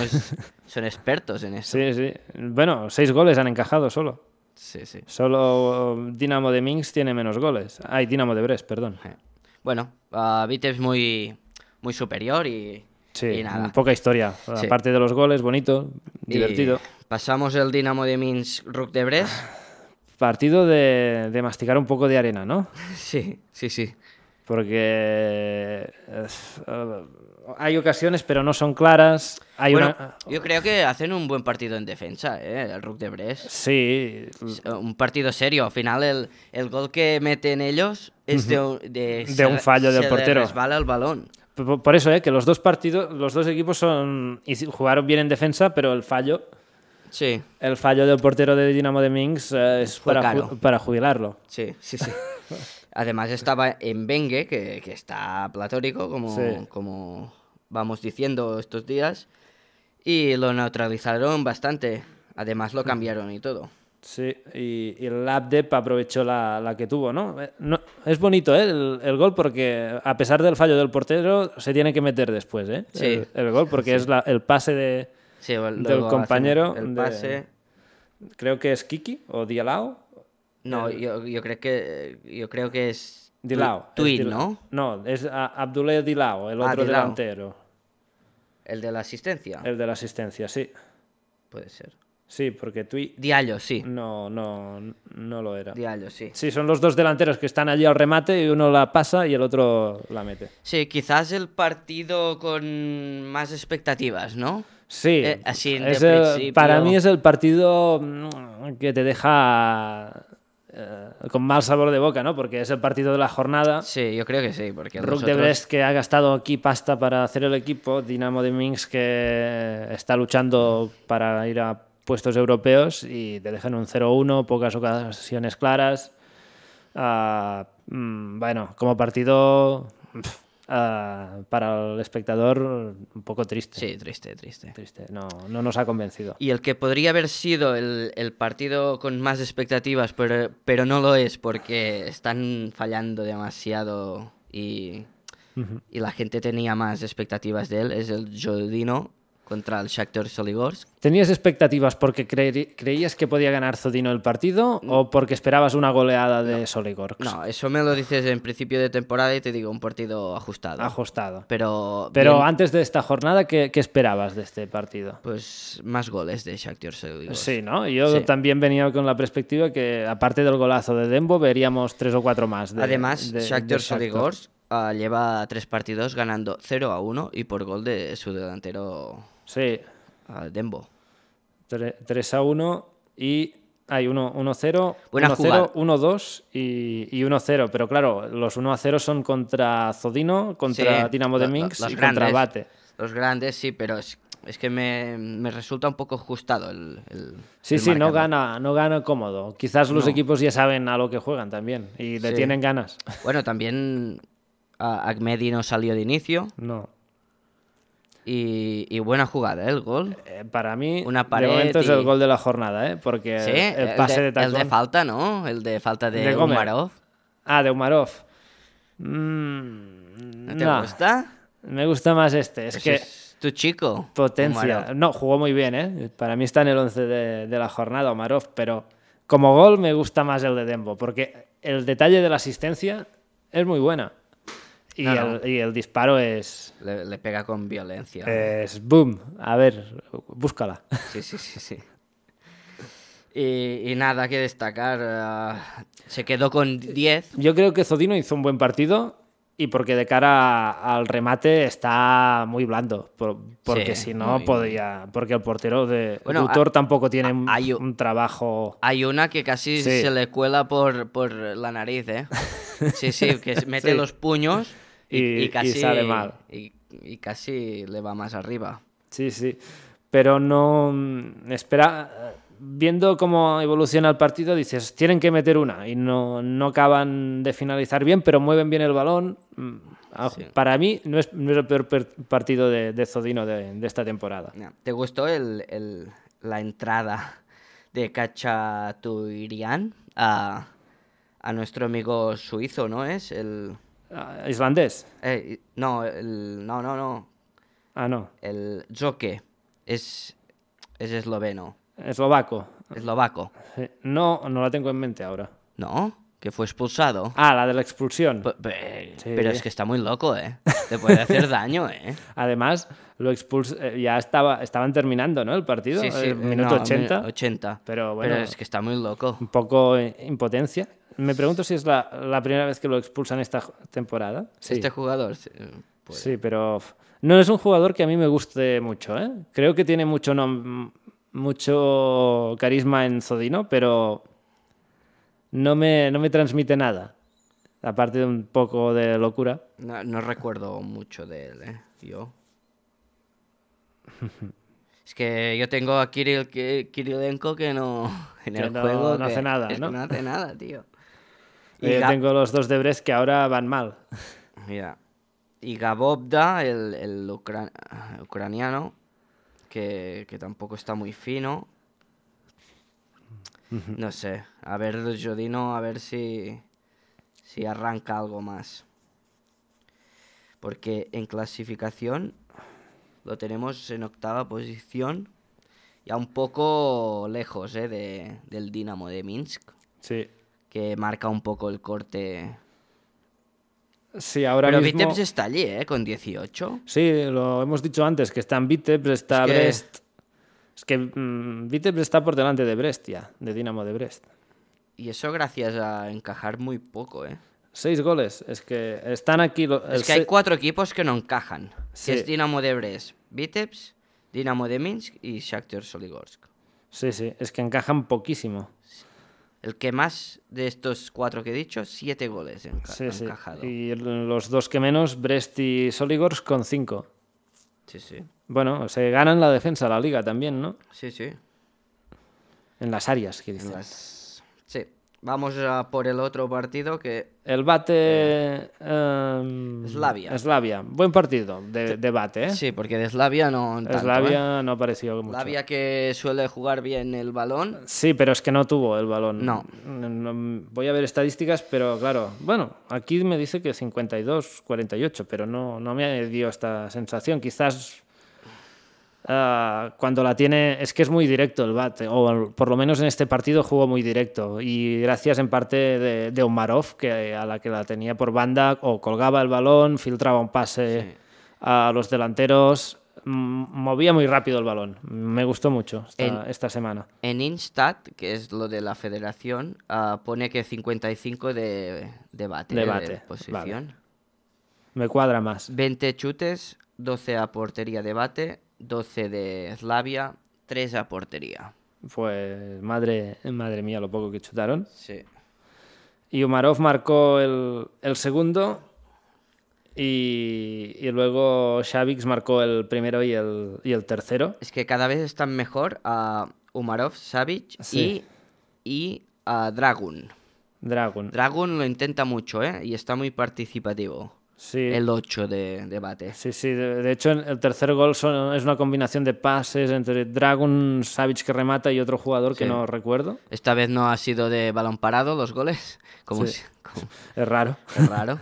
B: es- son expertos en eso.
A: Sí, sí. Bueno, seis goles han encajado solo.
B: Sí, sí.
A: Solo Dinamo de Minsk tiene menos goles. Ay, Dinamo de Brest, perdón.
B: Eh, Bueno, ah, Vitebs muy, muy superior y,
A: Sí,
B: y nada.
A: poca historia.
B: Sí.
A: Aparte de los goles, bonito,
B: Y
A: divertido. Ah.
B: pasamos el Dinamo de Minsk Rook de Brest.
A: Partido de, de masticar un poco de arena, ¿no?
B: Sí, sí, sí.
A: Porque eh, hay ocasiones, pero no son claras. Hay
B: bueno,
A: una... ah,
B: yo creo que hacen un buen partido en defensa, ¿eh? el Rook de Brest.
A: Sí,
B: Es Un partido serio. Al final, el, el gol que meten ellos es de un, de, se
A: un
B: le-
A: fallo del
B: se le
A: portero.
B: resbala el balón.
A: Por por eso, ¿eh? que los dos partidos, los dos equipos son hici- jugaron bien en defensa, pero el fallo,
B: Sí,
A: el fallo del portero de Dinamo de Minsk eh, es
B: Fue
A: para,
B: caro.
A: ju- para jubilarlo.
B: sí, sí, sí. Además, estaba en Bengue, que, que está platórico, como,
A: Sí.
B: como vamos diciendo estos días. Y lo neutralizaron bastante. Además, lo cambiaron y todo.
A: Sí, y, y el Abdep aprovechó la, la que tuvo, ¿no? Eh, no- es bonito ¿eh? el, el gol porque a pesar del fallo del portero se tiene que meter después, ¿eh?
B: Sí.
A: El, el gol porque es la- el pase de...
B: Sí,
A: Del
B: el- luego hacen
A: compañero
B: El
A: de-
B: pase.
A: Creo que es Kiki o Dialao.
B: No, yo, yo, creo que, yo creo que es. tu-
A: Dilao.
B: Twin,
A: es Dil-
B: ¿no?
A: No, es a- Abdullah Dilao, el
B: Ah,
A: otro
B: Dilao.
A: delantero,
B: El de la asistencia.
A: el de la asistencia, sí.
B: Puede ser.
A: Sí, porque Tui
B: Diallo, sí.
A: no, no, no lo era.
B: Diallo, sí.
A: Sí, son los dos delanteros que están allí al remate y uno la pasa y el otro la mete.
B: Sí, quizás el partido con más expectativas, ¿no?
A: Sí,
B: Eh, así de
A: es el-
B: principio.
A: para mí es el partido mm, que te deja eh, con mal sabor de boca, ¿no? Porque es el partido de la jornada.
B: Sí, yo creo que sí, porque
A: Rook
B: los
A: de
B: otros-
A: Brest que ha gastado aquí pasta para hacer el equipo, Dinamo de Minsk que está luchando para ir a puestos europeos y te dejan un 0-1, pocas ocasiones claras. Ah, mm, bueno, como partido pf, ah, para el espectador un poco triste.
B: Sí, triste, triste.
A: Triste, no, no nos ha convencido.
B: Y el que podría haber sido el, el partido con más expectativas, pero, pero no lo es porque están fallando demasiado y, y la gente tenía más expectativas de él, es el Jodino contra el Shakhtar Soligorsk.
A: ¿Tenías expectativas porque creeri- creías que podía ganar Zodino el partido o porque esperabas una goleada de Soligorsk?
B: Mm. No, eso me lo dices en principio de temporada y te digo un partido ajustado.
A: Ajustado.
B: pero
A: Pero
B: bien,
A: antes de esta jornada, ¿qué, qué esperabas de este partido?
B: pues más goles de Shakhtar Soligorsk.
A: Sí, ¿no? Yo
B: Pues Sí.
A: también venía con la perspectiva que, aparte del golazo de Dembo, veríamos tres o cuatro más. de-
B: Además,
A: de- de
B: Shakhtar Soligorsk ah, lleva tres partidos ganando 0 a 1 y por gol de su delantero
A: Sí,
B: ah, Dembo.
A: 3 a 1 y hay 1 1-0,
B: Buena
A: 1-0,
B: jugada.
A: 1-2 y, y 1-0. Pero claro, los 1-0 son contra Zodino, contra
B: Sí,
A: Dinamo de
B: lo- lo-
A: Minsk
B: los
A: y contra
B: grandes.
A: Bate.
B: Los grandes, sí, pero es, es que me, me resulta un poco ajustado el. el-
A: Sí,
B: el
A: sí, no
B: marcador.
A: gana, no gana cómodo. Quizás los equipos ya saben a lo que juegan también y le
B: Sí.
A: tienen ganas.
B: Bueno, también ah, Ahmedi no salió de inicio
A: No,
B: y, y buena jugada, ¿eh? el gol.
A: Eh, para mí,
B: Una
A: de
B: pared
A: momento es
B: y-
A: el gol de la jornada, ¿eh? Porque
B: Sí,
A: el pase de, tacón...
B: falta, ¿no? El de falta de,
A: De Gómez.
B: Umarov.
A: Ah, de Umarov. Mm,
B: ¿No te
A: no,
B: gusta?
A: me gusta más este. Es
B: Ese
A: que
B: es tu chico.
A: potencia.
B: Umarov.
A: No, jugó muy bien, ¿eh? Para mí está en el 11 de, de la jornada Umarov, pero como gol me gusta más el de Dembo, porque el detalle de la asistencia es muy buena. Y,
B: No,
A: el,
B: no.
A: y el disparo es...
B: Le, le pega con violencia.
A: Es boom. A ver, búscala.
B: Sí, sí, sí, sí. Y, y nada que destacar. ah, se quedó con 10.
A: Yo creo que Zodino hizo un buen partido y porque de cara a- al remate está muy blando. por- porque
B: Sí,
A: si no
B: muy-
A: podía. Porque el portero de
B: Bueno,
A: Luthor
B: a-
A: tampoco tiene un,
B: hay un-
A: un trabajo.
B: Hay una que casi
A: Sí.
B: se le cuela por, por la nariz, ¿eh? Sí, sí, que se mete
A: Sí.
B: los puños y,
A: Y-
B: y
A: y
B: casi.
A: sale mal.
B: Y, y casi le va más arriba.
A: Sí, sí. Pero no. mm, Espera. Viendo cómo evoluciona el partido, dices, tienen que meter una. Y no, no acaban de finalizar bien, pero mueven bien el balón. Mm, ah,
B: Sí.
A: Para mí, no es, no es el peor per- partido de, de Zodino de- de esta temporada.
B: Ya. ¿Te gustó el, el- la entrada de Cachatuirian a, a nuestro amigo suizo, ¿no es? El,
A: Ah, ¿Islandés?
B: eh, no, el, no, no, no.
A: Ah, no.
B: El Joke es, es esloveno,
A: Eslovaco.
B: eslovaco,
A: Sí. No, no la tengo en mente ahora.
B: ¿no? Que fue expulsado.
A: Ah, la de la expulsión.
B: Pe- pe-
A: Sí.
B: Pero es que está muy loco, ¿eh? Te puede hacer daño, ¿eh?
A: Además, lo expuls eh, ya estaba, estaban terminando, ¿no? El partido, el
B: eh,
A: minuto
B: no,
A: 80.
B: mi- 80.
A: Pero bueno.
B: es que está muy loco.
A: Un poco eh, impotencia. Me pregunto si es la, la primera vez que lo expulsan esta jo- temporada. Sí,
B: Este jugador. sí, eh, pues,
A: sí pero f- no es un jugador que a mí me guste mucho. ¿eh? Creo que tiene mucho, nom- mucho carisma en Zodino, pero no me, no me transmite nada. Aparte de un poco de locura.
B: no, no recuerdo mucho de él, ¿eh? Yo. Es que yo tengo a Kirill, que- Kirilenko que no. En
A: Que
B: el
A: no-
B: juego.
A: no
B: que-
A: hace nada,
B: es que
A: ¿no?
B: no hace nada, tío.
A: Yo Eh,
B: Ga-
A: tengo los dos de Brest que ahora van mal.
B: Mira. Y Gabobda, el, el ucra- ucraniano, que, que tampoco está muy fino. No sé. A ver, Jodino, a ver si, si arranca algo más. Porque en clasificación lo tenemos en octava posición. Ya un poco lejos eh, de- del Dinamo de Minsk,
A: Sí.
B: que marca un poco el corte.
A: Sí, ahora
B: Pero
A: mismo...
B: Vitebs está allí, ¿eh? Con 18.
A: Sí, lo hemos dicho antes, que está en Vitebs, está
B: Es que-
A: Brest. Es que mm, Vitebs está por delante de Brest ya, de Dinamo de Brest.
B: Y eso gracias a encajar muy poco, ¿eh?
A: Seis goles, es que están aquí... lo- el
B: Es que hay
A: se-
B: cuatro equipos que no encajan. que
A: Sí.
B: es Dinamo de Brest, Vitebs, Dinamo de Minsk y Shakhtar Soligorsk.
A: Sí, sí, es que encajan poquísimo.
B: El que más de estos cuatro que he dicho, siete goles enca-
A: Sí, sí.
B: encajado.
A: Y los dos que menos, Brest y Soligors con cinco.
B: Sí, sí.
A: Bueno, se ganan la defensa, la liga también, ¿no?
B: Sí, sí.
A: En las áreas, que dicen.
B: Las- Sí. Vamos a por el otro partido que
A: El bate... em,
B: Eh, Slavia.
A: Slavia. Buen partido de, de bate, ¿eh?
B: sí, porque de Slavia no tanto, ¿eh?
A: Slavia no apareció mucho.
B: Slavia que suele jugar bien el balón.
A: Sí, pero es que no tuvo el balón.
B: No.
A: No- Voy a ver estadísticas, pero claro, bueno, aquí me dice que 52, 48, pero no, no me dio esta sensación. Quizás ah, cuando la tiene, es que es muy directo el bate, o al- por lo menos en este partido jugó muy directo. Y gracias en parte de, de Umarov, que a la que la tenía por banda, o colgaba el balón, filtraba un pase
B: Sí.
A: a los delanteros. m- Movía muy rápido el balón. Me gustó mucho esta-
B: En-
A: esta semana.
B: En Instat, que es lo de la federación, ah, pone que 55 de debate
A: De
B: de,
A: bate,
B: de posición.
A: Me cuadra más.
B: 20 chutes, 12 a portería de bate, 12 de Slavia, 3 a portería.
A: Pues madre, madre mía, lo poco que chutaron.
B: Sí.
A: Y Umarov marcó el, el segundo. Y, y luego Xavix marcó el primero y el, y el tercero.
B: Es que cada vez están mejor a Umarov, Savic
A: Sí.
B: y, y a Dragun.
A: Dragon.
B: Dragun lo intenta mucho, ¿eh? Y está muy participativo.
A: sí,
B: El 8 de, de bate.
A: sí, sí. De, de hecho, el tercer gol son- es una combinación de pases entre Dragon, Savic que remata y otro jugador que
B: Sí.
A: no recuerdo.
B: Esta vez no ha sido de balón parado los goles. Como, si- como-
A: Es raro.
B: es raro.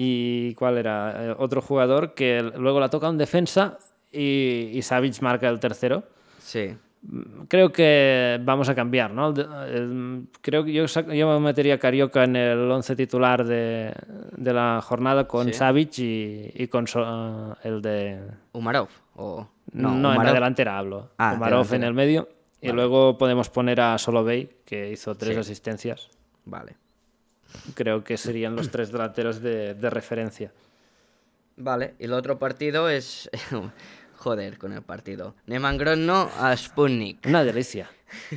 A: ¿Y cuál era? Eh, otro jugador que luego la toca un defensa y, y Savic marca el tercero.
B: Sí.
A: creo que vamos a cambiar, ¿no? El- el- creo que yo, sac- yo me metería a Carioca en el 11 titular de, de la jornada con
B: Sí.
A: Savic y, y con So- el de...
B: Umarov. O...
A: No,
B: No,
A: en la
B: Umarov.
A: delantera hablo.
B: Ah,
A: Umarov en
B: delantera.
A: el medio. Y luego podemos poner a Solovey, que hizo tres
B: Sí.
A: asistencias.
B: Vale.
A: Creo que serían los tres delanteros de, de referencia.
B: Vale. Y el otro partido es. Joder con el partido. Neman Gronno a Sputnik.
A: Una delicia.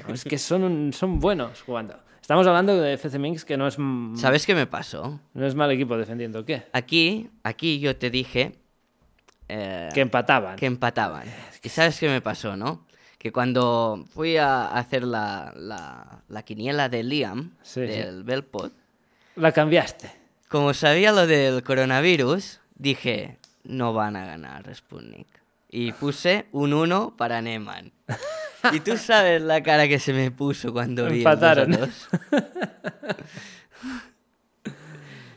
A: Es que son, un- son buenos jugando. Estamos hablando de FC Minx, que no es, m-
B: ¿Sabes qué me pasó?
A: no es mal equipo defendiendo. ¿Qué?
B: Aquí, aquí yo te dije eh,
A: Que empataban.
B: que empataban. ¿Y sabes qué me pasó, no? Que cuando fui a hacer la, la, la quiniela de Liam,
A: Sí,
B: del Belpod,
A: La cambiaste.
B: como sabía lo del coronavirus, dije, no van a ganar Sputnik. Y puse un 1 para Neman. Y tú sabes la cara que se me puso cuando vi el dos a
A: Empataron.
B: dos.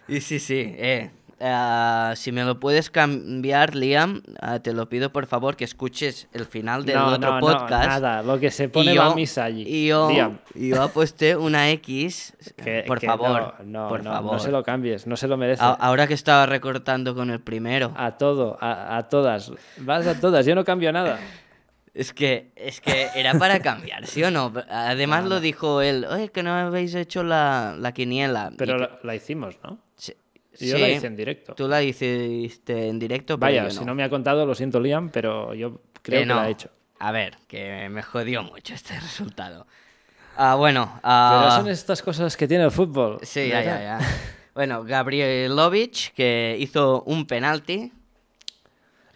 B: Y sí, sí, eh. ah, si me lo puedes cambiar, Liam, ah, te lo pido por favor que escuches el final del otro podcast.
A: nada, lo que se pone va a misa allí.
B: Y yo,
A: Liam,
B: y yo aposté una X.
A: que-
B: por
A: que
B: favor,
A: No, no,
B: por
A: no,
B: favor. Ah,
A: no se lo cambies, no se lo merece.
B: A-
A: A,
B: Ahora que estaba recortando con el primero.
A: todo, a, a todas. Vas a todas, yo no cambio nada.
B: Es que, es que era para cambiar, ¿sí o no? Además lo dijo él, oye, que no habéis hecho la, la quiniela. Y
A: Pero
B: que-
A: la, la hicimos, ¿no?
B: sí,
A: Yo la hice en directo.
B: Tú la hiciste en directo, pero
A: Vaya,
B: yo
A: si no me ha contado, lo siento, Liam, pero yo creo
B: Que
A: que
B: no.
A: la he hecho.
B: A ver, que me jodió mucho este resultado. Ah, bueno.
A: Pero
B: ah,
A: son estas cosas que tiene el fútbol.
B: Sí, ya,
A: ¿verdad?
B: ya, ya. Bueno, Gabrielovich, que hizo un penalti.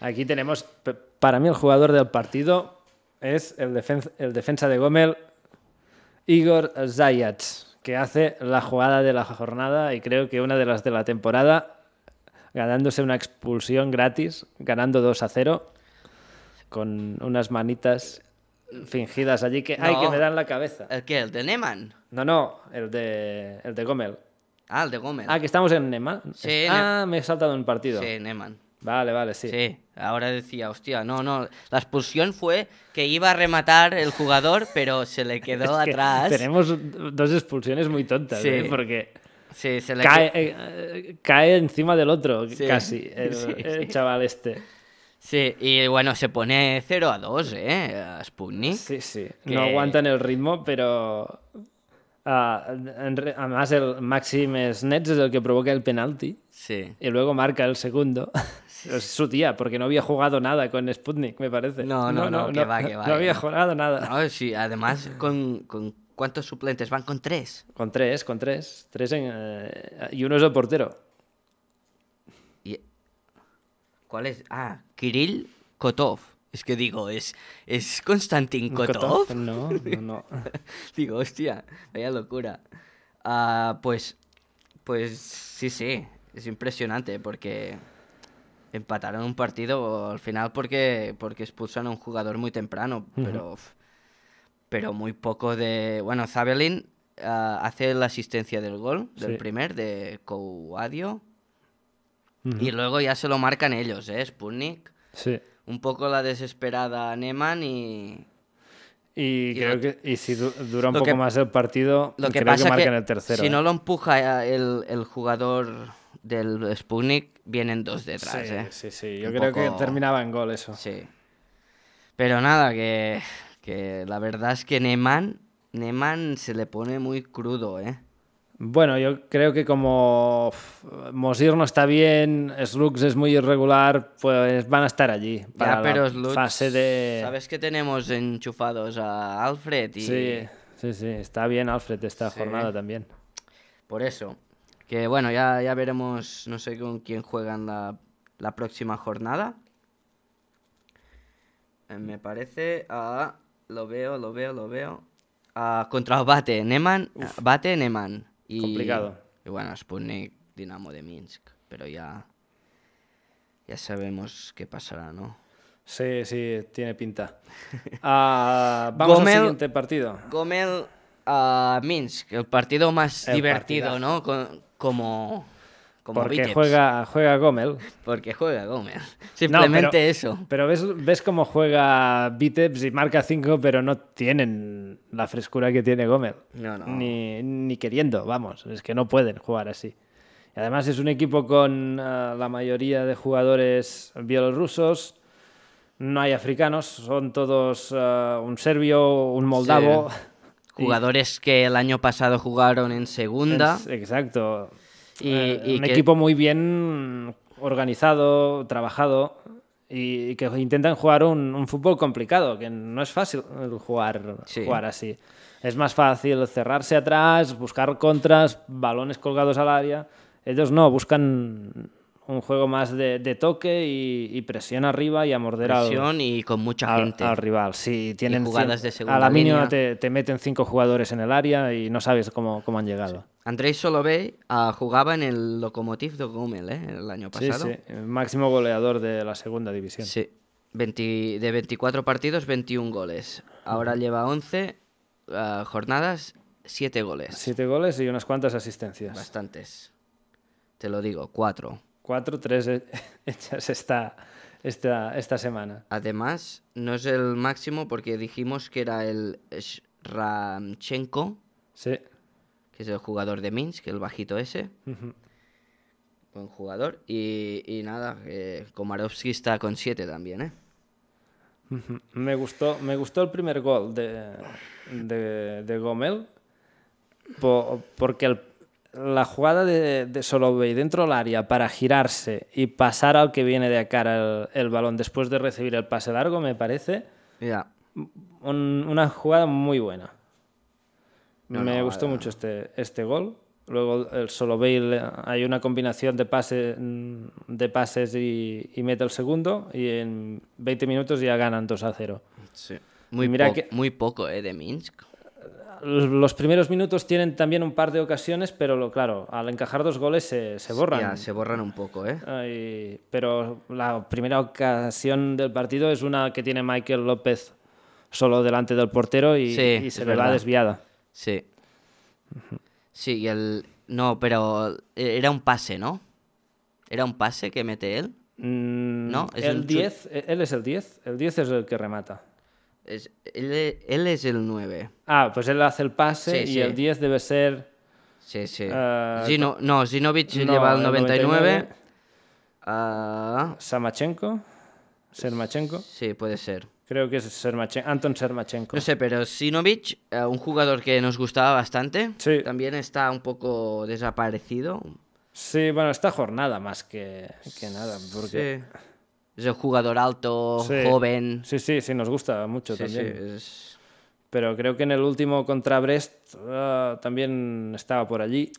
A: Aquí tenemos, p- para mí el jugador del partido es el, defen- el defensa de Gómez, Igor Zayats, que hace la jugada de la jornada y creo que una de las de la temporada, ganándose una expulsión gratis, ganando 2 a 0, con unas manitas fingidas allí que, ay, que
B: No.
A: me dan la cabeza.
B: ¿El qué? ¿El de Neman?
A: No, no, el de, el de Gomel.
B: Ah, el de Gómez.
A: Ah, que estamos en Nema.
B: Sí,
A: ah, me he saltado un partido.
B: sí, Neman.
A: Vale, vale, sí.
B: Sí. ahora decía, hostia, no, no. La expulsión fue que iba a rematar el jugador, pero se le quedó
A: Es que
B: atrás.
A: Tenemos dos expulsiones muy tontas,
B: Sí.
A: ¿eh? porque
B: Sí, se le
A: cae,
B: que-
A: eh, cae encima del otro,
B: Sí.
A: casi, el,
B: Sí,
A: el
B: sí.
A: chaval este.
B: Sí, y bueno, se pone 0 a 2, ¿eh? A Sputnik.
A: Sí, sí.
B: Que-
A: No aguantan el ritmo, pero. ah, en re- además, el Maxim Nets es el que provoca el penalti
B: Sí.
A: y luego marca el segundo. Es su tía, porque no había jugado nada con Sputnik, me parece.
B: No, no, no, que va, que va,
A: No había
B: que va.
A: jugado nada.
B: No, sí, además, ¿con, con cuántos suplentes? Van con tres.
A: Con tres, con tres. tres en, eh, y uno es el portero.
B: Y... ¿Cuál es? Ah, Kirill Kotov. Es que digo, ¿es, es Konstantin Kotov?
A: Kotov, No, no, no.
B: digo, hostia, vaya locura. Ah, pues, pues sí, sí, es impresionante porque empataron un partido al final porque, porque expulsan a un jugador muy temprano, pero, f- pero muy poco de... Bueno, Zabelin ah, hace la asistencia del gol, del
A: Sí.
B: primer, de Kouadio. Y luego ya se lo marcan ellos, ¿eh? Sputnik.
A: Sí.
B: Un poco la desesperada Neman y,
A: Y, creo
B: lo-
A: que y si du- dura un
B: lo
A: poco
B: que-
A: más el partido,
B: Lo que
A: creo
B: pasa
A: que
B: que
A: marcan el tercero.
B: si
A: ¿eh?
B: no lo empuja eh, el, el jugador del Sputnik, vienen dos detrás,
A: sí,
B: ¿eh?
A: sí, sí. Yo
B: Un
A: creo que
B: poco-
A: terminaba en gol eso.
B: Sí. Pero nada, que, que la verdad es que Neman, Neman se le pone muy crudo, ¿eh?
A: Bueno, yo creo que como uf, Mosir no está bien, Slux es muy irregular, pues van a estar allí para
B: ya, pero
A: la
B: Slutz,
A: fase de...
B: Sabes que tenemos enchufados a Alfred y
A: Sí, sí, sí. Está bien Alfred esta
B: Sí.
A: jornada también.
B: por eso. Que bueno, ya, ya veremos, no sé con quién juegan la, la próxima jornada. Eh, Me parece a... Lo veo, lo veo, lo veo. Ah, contra Bate, Neman. Bate, Neman. Y,
A: Complicado.
B: Y bueno, Sputnik, Dinamo de Minsk. Pero ya... Ya sabemos qué pasará, ¿no?
A: Sí, sí, tiene pinta. Ah, vamos
B: Gomel-
A: al siguiente partido.
B: Gomel a Minsk, el partido más
A: El
B: divertido,
A: partidazo.
B: ¿no? Co- como... Como
A: Porque
B: Vitebsk.
A: juega, juega Gomel.
B: Porque juega Gómez.
A: No,
B: Simplemente
A: pero-
B: eso.
A: Pero ves, ves cómo juega Vitebs y marca 5, pero no tienen la frescura que tiene Gómez.
B: No, no.
A: Ni, ni queriendo, vamos. Es que no pueden jugar así. Y además es un equipo con eh, la mayoría de jugadores bielorrusos. No hay africanos, son todos eh, un serbio, un moldavo. Y-
B: Jugadores que el año pasado jugaron en segunda.
A: Es- exacto.
B: Y-
A: Eh,
B: y
A: un
B: que-
A: equipo muy bien organizado, trabajado y que intentan jugar un, un fútbol complicado, que no es fácil el jugar,
B: Sí.
A: jugar así. Es más fácil cerrarse atrás, buscar contras, balones colgados al área. Ellos no, buscan un juego más de, de toque y, y presión arriba y a morder al-
B: presión y con mucha
A: al,
B: gente.
A: al rival. Sí, tienen
B: jugadas
A: cien-
B: de
A: a
B: segunda
A: la mínima
B: línea.
A: Te, te meten cinco jugadores en el área y no sabes cómo, cómo han llegado.
B: Andrés Solovey ah, jugaba en el Lokomotiv de Gómez ¿eh? el año
A: Sí,
B: pasado.
A: sí, el máximo goleador de la segunda división.
B: Sí. 20 de 24 partidos, 21 goles. Ahora lleva 11 ah, jornadas, 7 goles.
A: Siete goles y unas cuantas asistencias.
B: Bastantes. Te lo digo, 4.
A: Cuatro, tres he- hechas esta, esta, esta semana.
B: Además, no es el máximo porque dijimos que era el Ramchenko,
A: Sí.
B: que es el jugador de Minsk, el bajito ese. Buen jugador. Y, y nada, eh, Komarovsky está con 7 también, ¿eh?
A: Me gustó, me gustó el primer gol de, de, de Gomel po- porque el- la jugada de, de Solovey dentro del área para girarse y pasar al que viene de cara el, el balón después de recibir el pase largo me parece
B: Ya.
A: un- una jugada muy buena.
B: No,
A: Me
B: no,
A: gustó
B: eh,
A: mucho este, este gol. Luego el solo Bale, eh, hay una combinación de, pase, mm, de pases y, y mete el segundo y en 20 minutos ya ganan 2 a 0.
B: Sí. Muy,
A: Y mira
B: po-
A: que-
B: muy poco, ¿eh? De Minsk.
A: Los primeros minutos tienen también un par de ocasiones, pero lo, claro, al encajar dos goles se, se borran.
B: Ya, se borran un poco, ¿eh?
A: Ay, pero la primera ocasión del partido es una que tiene Michael López solo delante del portero y,
B: Sí,
A: y se
B: es
A: le va
B: verdad.
A: desviada.
B: Sí. Sí, y el... No, pero eh, era un pase, ¿no? ¿Era un pase que mete él?
A: No,
B: es
A: Mm, el
B: un chu-
A: 10, eh, él es el 10, el 10 es el que remata.
B: Es- Él, e- él es el 9.
A: Ah, pues él hace el pase
B: Sí,
A: y
B: sí.
A: el 10 debe ser
B: Sí, sí.
A: Ah,
B: Zino- No, Zinovic
A: no,
B: lleva
A: el
B: el 99.
A: 99.
B: Ah,
A: Samachenko, Sermachenko,
B: sí, puede ser.
A: creo que es Sermachenko, Anton Sermachenko.
B: No sé, pero Sinovic, eh, un jugador que nos gustaba bastante,
A: Sí.
B: también está un poco desaparecido.
A: Sí, bueno, esta jornada más que, que nada, porque...
B: Sí. Es un jugador alto,
A: Sí.
B: joven.
A: Sí, sí, sí, nos gusta mucho
B: Sí, sí,
A: también.
B: es-
A: Pero creo que en el último contra Brest ah, también estaba por allí.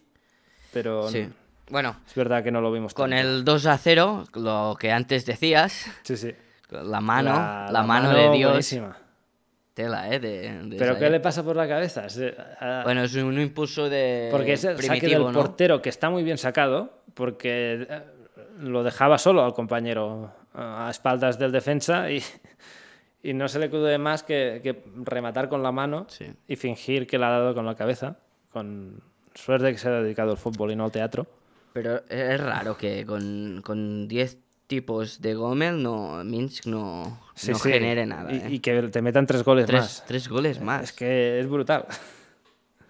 A: Pero
B: sí.
A: no-
B: Bueno,
A: es verdad que no lo vimos
B: con
A: tanto.
B: el 2 a 0, lo que antes decías,
A: Sí, sí.
B: la mano, Ah, la, mano, de Dios.
A: buenísima.
B: Tela, ¿eh? de- de
A: Pero
B: esa,
A: ¿qué
B: ¿eh?
A: le pasa por la cabeza? Se- ah,
B: Bueno, es un impulso de.
A: porque es el saque del
B: primitivo, ¿no?
A: portero que está muy bien sacado, porque eh, lo dejaba solo al compañero ah, a espaldas del defensa y, y no se le acude más que, que rematar con la mano
B: Sí.
A: y fingir que la ha dado con la cabeza. Con suerte que se ha dedicado al fútbol y no al teatro.
B: Pero es raro que con con 10 tipos de Gomel, no, Minsk no,
A: Sí,
B: no
A: sí.
B: genere nada.
A: Y,
B: ¿eh?
A: y que te metan tres goles
B: tres,
A: más.
B: tres goles más.
A: Es que es brutal.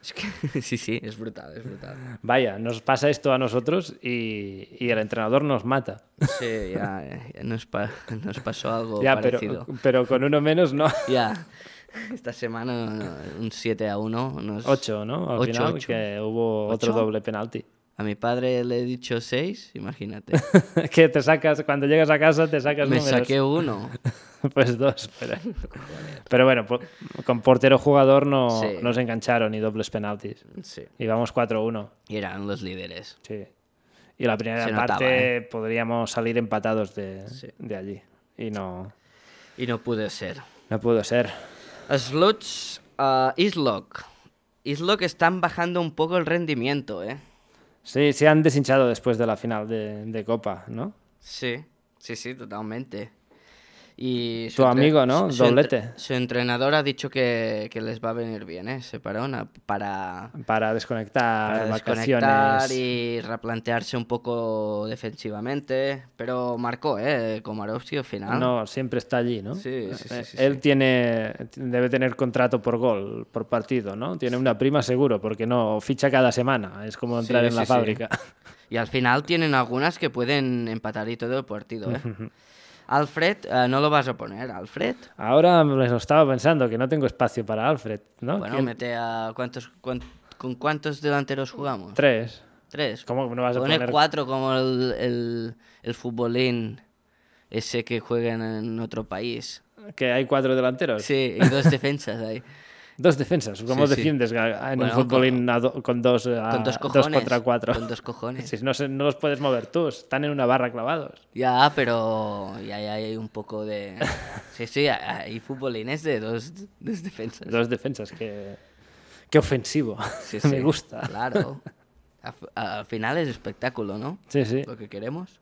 B: Es que- sí, sí, es brutal, es brutal.
A: Vaya, nos pasa esto a nosotros y, y el entrenador nos mata.
B: Sí, ya, eh, ya nos, pa- nos pasó algo
A: ya, pero,
B: parecido.
A: pero con uno menos no.
B: Ya. Esta semana no, un 7 a 1. Nos...
A: Ocho, ¿no? Al
B: Ocho,
A: final,
B: ocho.
A: que hubo otro
B: ¿Ocho?
A: doble penalti.
B: A mi padre le he dicho 6, imagínate.
A: que te sacas, cuando llegas a casa, te sacas
B: Me
A: números.
B: saqué uno.
A: Pues dos, pero, pero bueno, po- con portero jugador no,
B: Sí.
A: nos engancharon y dobles penaltis.
B: Sí.
A: Íbamos 4-1.
B: Y eran los líderes.
A: Sí. Y la primera
B: Se
A: parte
B: notaba, ¿eh?
A: podríamos salir empatados de,
B: Sí.
A: de allí. Y no,
B: Y no pude ser.
A: no pudo ser.
B: Slots, uh, Islock. Islock están bajando un poco el rendimiento, ¿eh?
A: Sí, se han deshinchado después de la final de, de Copa, ¿no?
B: Sí, sí, sí, totalmente. Y
A: Tu
B: entre-
A: amigo, ¿no?
B: su entre-
A: Doblete.
B: Su entrenador ha dicho que, que les va a venir bien, ¿eh? Se parón a- para,
A: Para desconectar,
B: para desconectar
A: vacaciones.
B: y replantearse un poco defensivamente. Pero marcó, ¿eh? Komarovsky al final.
A: No, siempre está allí, ¿no? Eh,
B: Sí, sí, sí, sí,
A: Él tiene, debe tener contrato por gol, por partido, ¿no? Tiene una prima seguro, porque no ficha cada semana. Es como entrar
B: Sí,
A: en la
B: sí, sí.
A: fábrica.
B: Y al final tienen algunas que pueden empatar y todo el partido, ¿eh? Alfred, eh, no lo vas a poner, Alfred.
A: Ahora me lo estaba pensando, que no tengo espacio para Alfred, ¿no?
B: Bueno,
A: ¿Quién?
B: mete a cuántos cuán- con cuántos delanteros jugamos.
A: Tres.
B: Tres.
A: ¿Cómo que no vas a
B: Pone
A: poner-
B: cuatro como el, el, el futbolín ese que juegan en otro país.
A: Que hay cuatro delanteros.
B: Sí, y dos defensas ahí.
A: Dos defensas. ¿Cómo
B: Sí, sí.
A: defiendes ga- en
B: Bueno,
A: un futbolín a do- con, dos, eh, a-
B: Con dos cojones.
A: contra cuatro?
B: Con dos cojones.
A: Si no, se- no los puedes mover tú, están en una barra clavados.
B: Ya, pero ya, ya hay un poco de... Sí, sí, hay futbolines de dos, dos defensas.
A: Dos defensas, que qué ofensivo.
B: Sí,
A: Me
B: sí,
A: gusta.
B: Claro. Al, f- al final es espectáculo, ¿no?
A: Sí, sí.
B: Lo que queremos.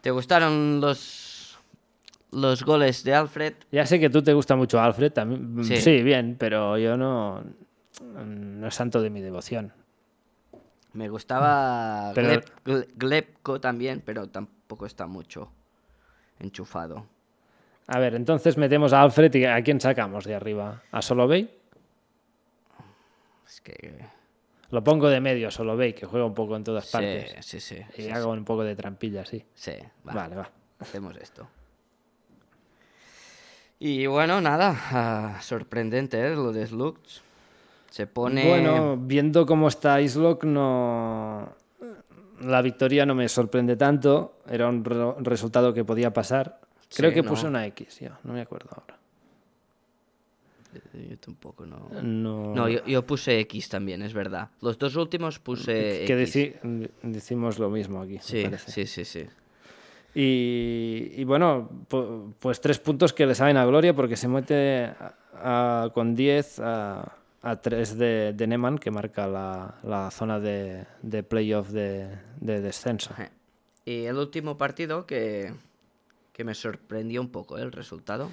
B: ¿Te gustaron los, los goles de Alfred?
A: Ya sé que tú te gusta mucho Alfred también. mm, Sí,
B: Sí.
A: bien, pero yo no. mm, No es santo de mi devoción.
B: Me gustaba
A: Pero-
B: Gleb- Gle- Glebko también, pero tampoco está mucho enchufado.
A: A ver, entonces metemos a Alfred y ¿a quién sacamos de arriba? ¿A Solovey?
B: Es que...
A: Lo pongo de medio a Solovey, que juega un poco en todas partes.
B: Sí, sí, sí.
A: Y
B: sí,
A: hago un poco de trampilla, sí.
B: sí, va,
A: Vale, va.
B: Hacemos esto. Y bueno, nada. ah, sorprendente, ¿eh? Lo de Slux. Se pone...
A: Bueno, viendo cómo está Islock, no. La victoria no me sorprende tanto. Era un re- resultado que podía pasar. Creo
B: Sí,
A: que
B: no.
A: puse una X, yo. No me acuerdo ahora.
B: Yo tampoco, no...
A: No.
B: No, yo, yo puse X también, es verdad. Los dos últimos puse
A: que
B: X.
A: deci- decimos lo mismo aquí. me
B: Sí,
A: parece.
B: sí, sí, sí.
A: Y, y bueno, pu- pues tres puntos que le saben a Gloria porque se mete a- a- con 10 a, a 3 de, de Neman, que marca la, la zona de, de playoff de, de descenso.
B: Ajá. Y el último partido que, que me sorprendió un poco ¿eh? el resultado.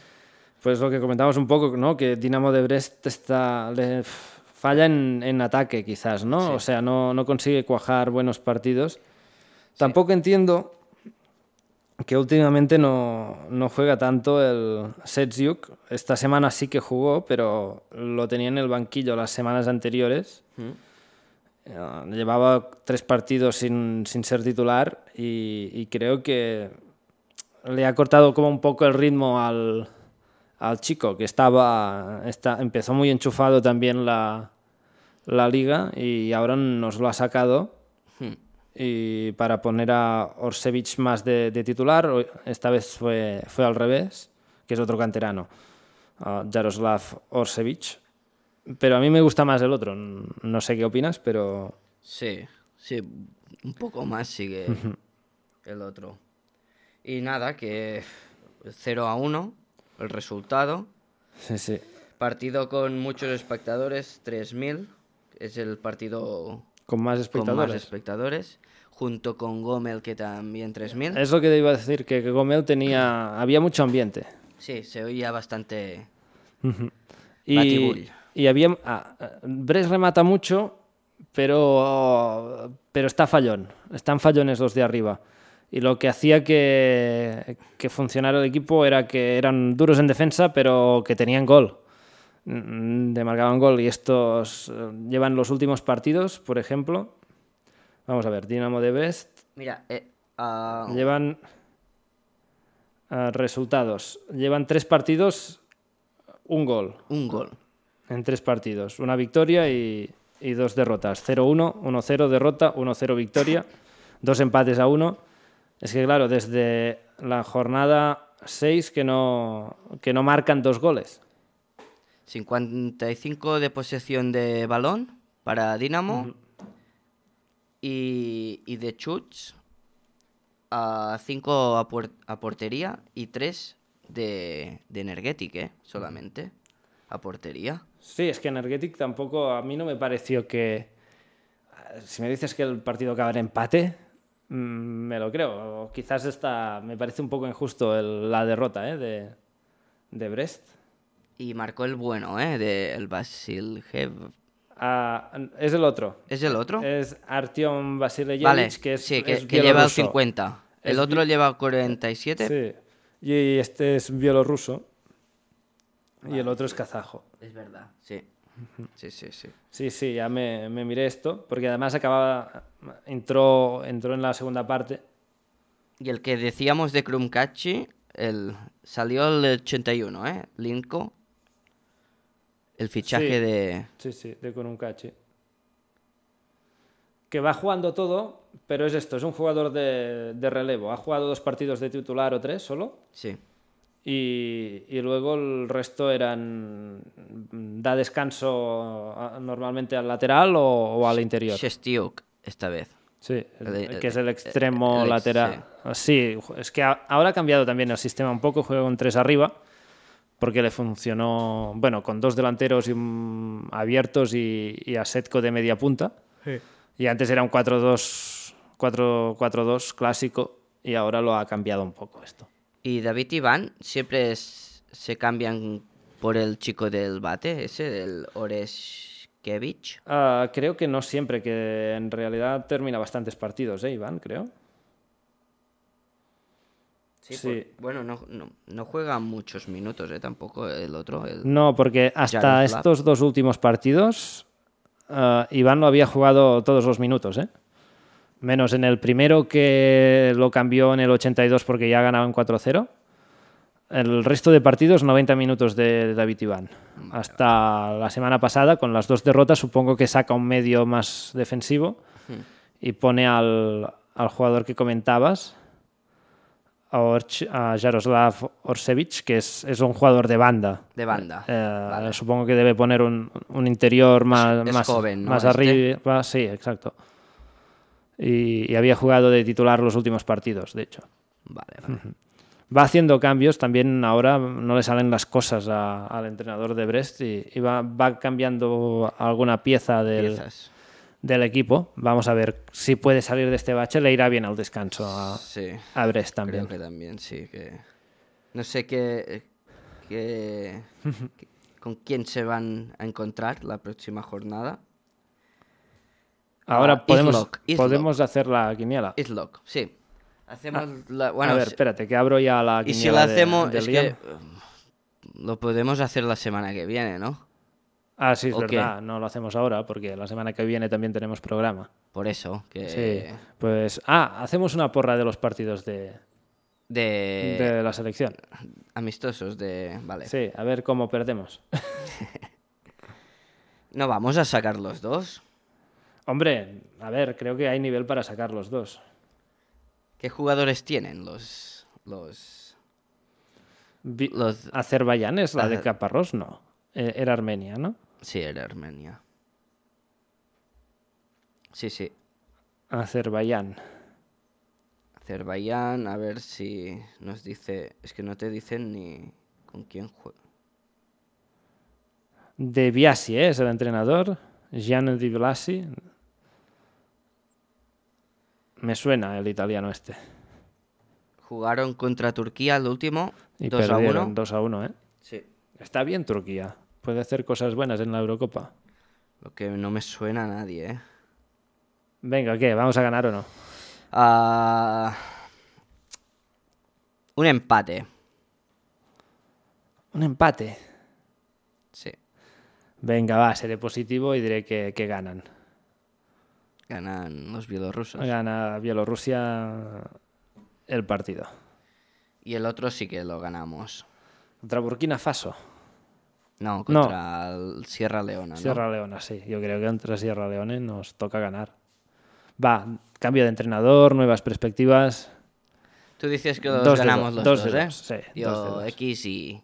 A: Pues lo que comentábamos un poco, ¿no? Que Dinamo de Brest está, le f- falla en, en ataque, quizás, ¿no?
B: Sí.
A: O sea, no, no consigue cuajar buenos partidos. Tampoco entiendo que últimamente no, no juega tanto el Setziuk. Esta semana sí que jugó, pero lo tenía en el banquillo las semanas anteriores. Eh, Llevaba tres partidos sin, sin ser titular y, y creo que le ha cortado como un poco el ritmo al, al chico que estaba está, empezó muy enchufado también la, la liga y ahora nos lo ha sacado
B: Hmm.
A: y para poner a Orsevich más de, de titular, o- esta vez fue, fue al revés, que es otro canterano, a Jaroslav Orsevich. Pero a mí me gusta más el otro, n- no sé qué opinas, pero
B: Sí, sí, un poco más sigue el otro. Y nada, que 0 a 1, el resultado.
A: sí, sí.
B: Partido con muchos espectadores, 3.000. Es el partido
A: con más
B: con más
A: espectadores.
B: espectadores. Junto con Gomel, que también 3.000.
A: es lo que te iba a decir, que que Gomel tenía, había mucho ambiente.
B: Sí, se oía bastante.
A: Y,
B: Batibull.
A: y había. ah, ah, Bres remata mucho, pero, pero está fallón. Están fallones los de arriba. Y lo que hacía que, que funcionara el equipo era que eran duros en defensa, pero que tenían gol. Mm, Te marcaban gol. Y estos eh, llevan los últimos partidos, por ejemplo. Vamos a ver, Dinamo de Brest.
B: Mira, eh, ah,
A: Llevan ah, resultados. Llevan tres partidos, un gol
B: un gol.
A: en tres partidos. Una victoria y, y dos derrotas. 0-1, 1-0 derrota, 1-0 victoria, dos empates a uno. Es que claro, desde la jornada 6 que no, que no marcan dos goles.
B: 55 de posesión de balón para Dinamo. y, y de chuts. A 5 a, puer- a portería y 3 de, de Energetic, ¿eh? Solamente. A portería.
A: Sí, es que Energetic tampoco, a mí no me pareció que... Si me dices que el partido acabará en empate, mm, me lo creo. O quizás está, me parece un poco injusto el- la derrota ¿eh? de, de Brest.
B: Y marcó el bueno, ¿eh? De el Basil Hev-
A: Ah, es el otro,
B: ¿Es el otro?
A: Es Artyom Vasilevich,
B: vale,
A: Eh, que es.
B: sí, que,
A: es
B: que lleva el
A: bielorruso.
B: 50. El
A: Es
B: otro lleva 47.
A: Sí. Y este es bielorruso. Y el otro es kazajo.
B: Es verdad, sí. Sí, sí, sí.
A: Sí, sí, ya me, me miré esto, porque además acababa. Entró, entró en la segunda parte.
B: Y el que decíamos de Krumkachi, el salió el 81, ¿eh? Linko. El fichaje
A: Sí.
B: de...
A: Sí, sí, de con un cache. Que va jugando todo, pero es esto: es un jugador de, de relevo. Ha jugado dos partidos de titular o tres solo.
B: Sí.
A: Y, y luego el resto eran. mm, da descanso a- normalmente al lateral o, o al interior. Sí,
B: Shestiuk, esta vez. el-
A: el-
B: el-
A: que es el
B: el-
A: extremo
B: el ex-
A: lateral. Sí. es que a- ahora ha cambiado también el sistema un poco, juega con tres arriba, porque le funcionó, bueno, con dos delanteros y un- abiertos y, y a Setco de media punta. Y antes era un 4-2, 4-4-2 clásico, y ahora lo ha cambiado un poco esto.
B: Y David Iván siempre es- se cambian por el chico del bate, ese, del Oreskevich.
A: Ah, creo que no siempre, que en realidad termina bastantes partidos, ¿eh, Iván? Creo.
B: Sí,
A: Sí.
B: por- bueno, no, no, no juega muchos minutos, ¿eh? Tampoco el otro. el-
A: No, porque hasta
B: Jaroslav.
A: estos dos últimos partidos, ah, Iván lo había jugado todos los minutos, ¿eh? Menos en el primero que lo cambió en el 82 porque ya ganaban 4-0. El resto de partidos, 90 minutos de David Iván. Hasta la semana pasada, con las dos derrotas, supongo que saca un medio más defensivo y pone al, al jugador que comentabas, a, Orch- a Jaroslav Orsevich, que es, es un jugador de banda.
B: De banda.
A: Eh, Supongo que debe poner un, un interior más,
B: es
A: más,
B: joven, ¿no?
A: más
B: Este.
A: arriba. Sí, exacto. Y, y había jugado de titular los últimos partidos, de hecho.
B: Vale, vale.
A: Va haciendo cambios, también ahora no le salen las cosas a- al entrenador de Brest y, y va, va cambiando alguna pieza del,
B: Piezas.
A: del equipo. Vamos a ver si puede salir de este bache, le irá bien al descanso a,
B: Sí.
A: a Brest también.
B: Creo que también, sí. Que... No sé qué, que, que- con quién se van a encontrar la próxima jornada.
A: Ahora
B: Ah,
A: podemos,
B: Islock, Islock.
A: podemos hacer la quiniela.
B: Islock, sí. Hacemos la-
A: Ah,
B: bueno,
A: a ver,
B: si-
A: espérate, que abro ya la
B: y
A: quiniela.
B: si la
A: de-
B: hacemos,
A: de
B: es
A: Liam.
B: que um, lo podemos hacer la semana que viene, ¿no?
A: Ah, sí, es
B: ¿o qué?
A: verdad. No lo hacemos ahora porque la semana que viene también tenemos programa.
B: Por eso, que
A: Sí. Pues, ah, hacemos una porra de los partidos de,
B: de
A: de la selección.
B: amistosos de, vale.
A: Sí, a ver cómo perdemos.
B: No vamos a sacar los dos.
A: Hombre, a ver, creo que hay nivel para sacar los dos.
B: ¿Qué jugadores tienen los los
A: Vi-
B: los
A: Azerbaiyán es la de
B: Azer-
A: Caparrós, no. Eh, era Armenia, ¿no?
B: Sí, era Armenia. Sí, sí.
A: Azerbaiyán.
B: Azerbaiyán, a ver si nos dice. Es que no te dicen ni con quién juega.
A: De Biasi, ¿eh? es el entrenador. Gianni Di Blasi. Me suena el italiano este.
B: Jugaron contra Turquía el último,
A: Y
B: 2 a 1.
A: 2 a 1, ¿eh?
B: Sí.
A: Está bien Turquía. Puede hacer cosas buenas en la Eurocopa.
B: Lo que no me suena a nadie, ¿eh?
A: Venga, ¿qué? ¿Vamos a ganar o no?
B: Ah, Un empate.
A: Un empate.
B: Sí.
A: Venga, va, seré positivo y diré que, que ganan.
B: Ganan los bielorrusos.
A: Gana Bielorrusia el partido.
B: Y el otro sí que lo ganamos.
A: Contra Burkina Faso.
B: No,
A: No.
B: contra el Sierra Leona. ¿no?
A: Sierra Leona, sí. Yo creo que contra Sierra Leone nos toca ganar. Va, cambio de entrenador, nuevas perspectivas.
B: Tú dices que los
A: Dos de
B: ganamos
A: dos,
B: los
A: dos
B: dos,
A: de
B: ¿eh?
A: dos, sí,
B: Yo
A: dos de dos.
B: X y,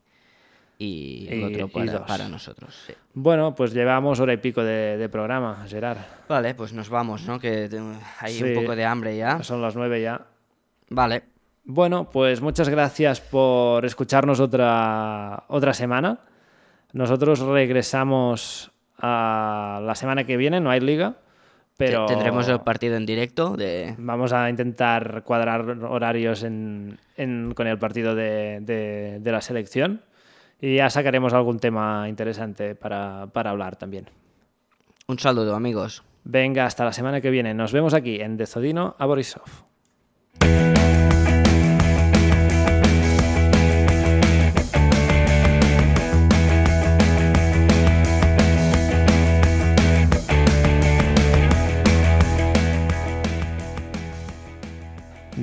B: y el
A: Y-
B: otro
A: y
B: para,
A: dos.
B: para nosotros. sí.
A: Bueno, pues llevamos hora y pico de, de programa, Gerard.
B: Vale, pues nos vamos, ¿no? Que te- hay
A: Sí.
B: un poco de hambre ya.
A: Son las nueve ya.
B: Vale.
A: Bueno, pues muchas gracias por escucharnos otra, otra semana. Nosotros regresamos a la semana que viene, no hay liga, pero
B: Te- Tendremos el partido en directo de...
A: vamos a intentar cuadrar horarios en- en- con el partido de, de- de la selección y ya sacaremos algún tema interesante para, para hablar también.
B: Un saludo, amigos.
A: Venga, hasta la semana que viene. Nos vemos aquí en Dezodino a Borisov.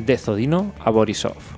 A: Dezodino a Borisov.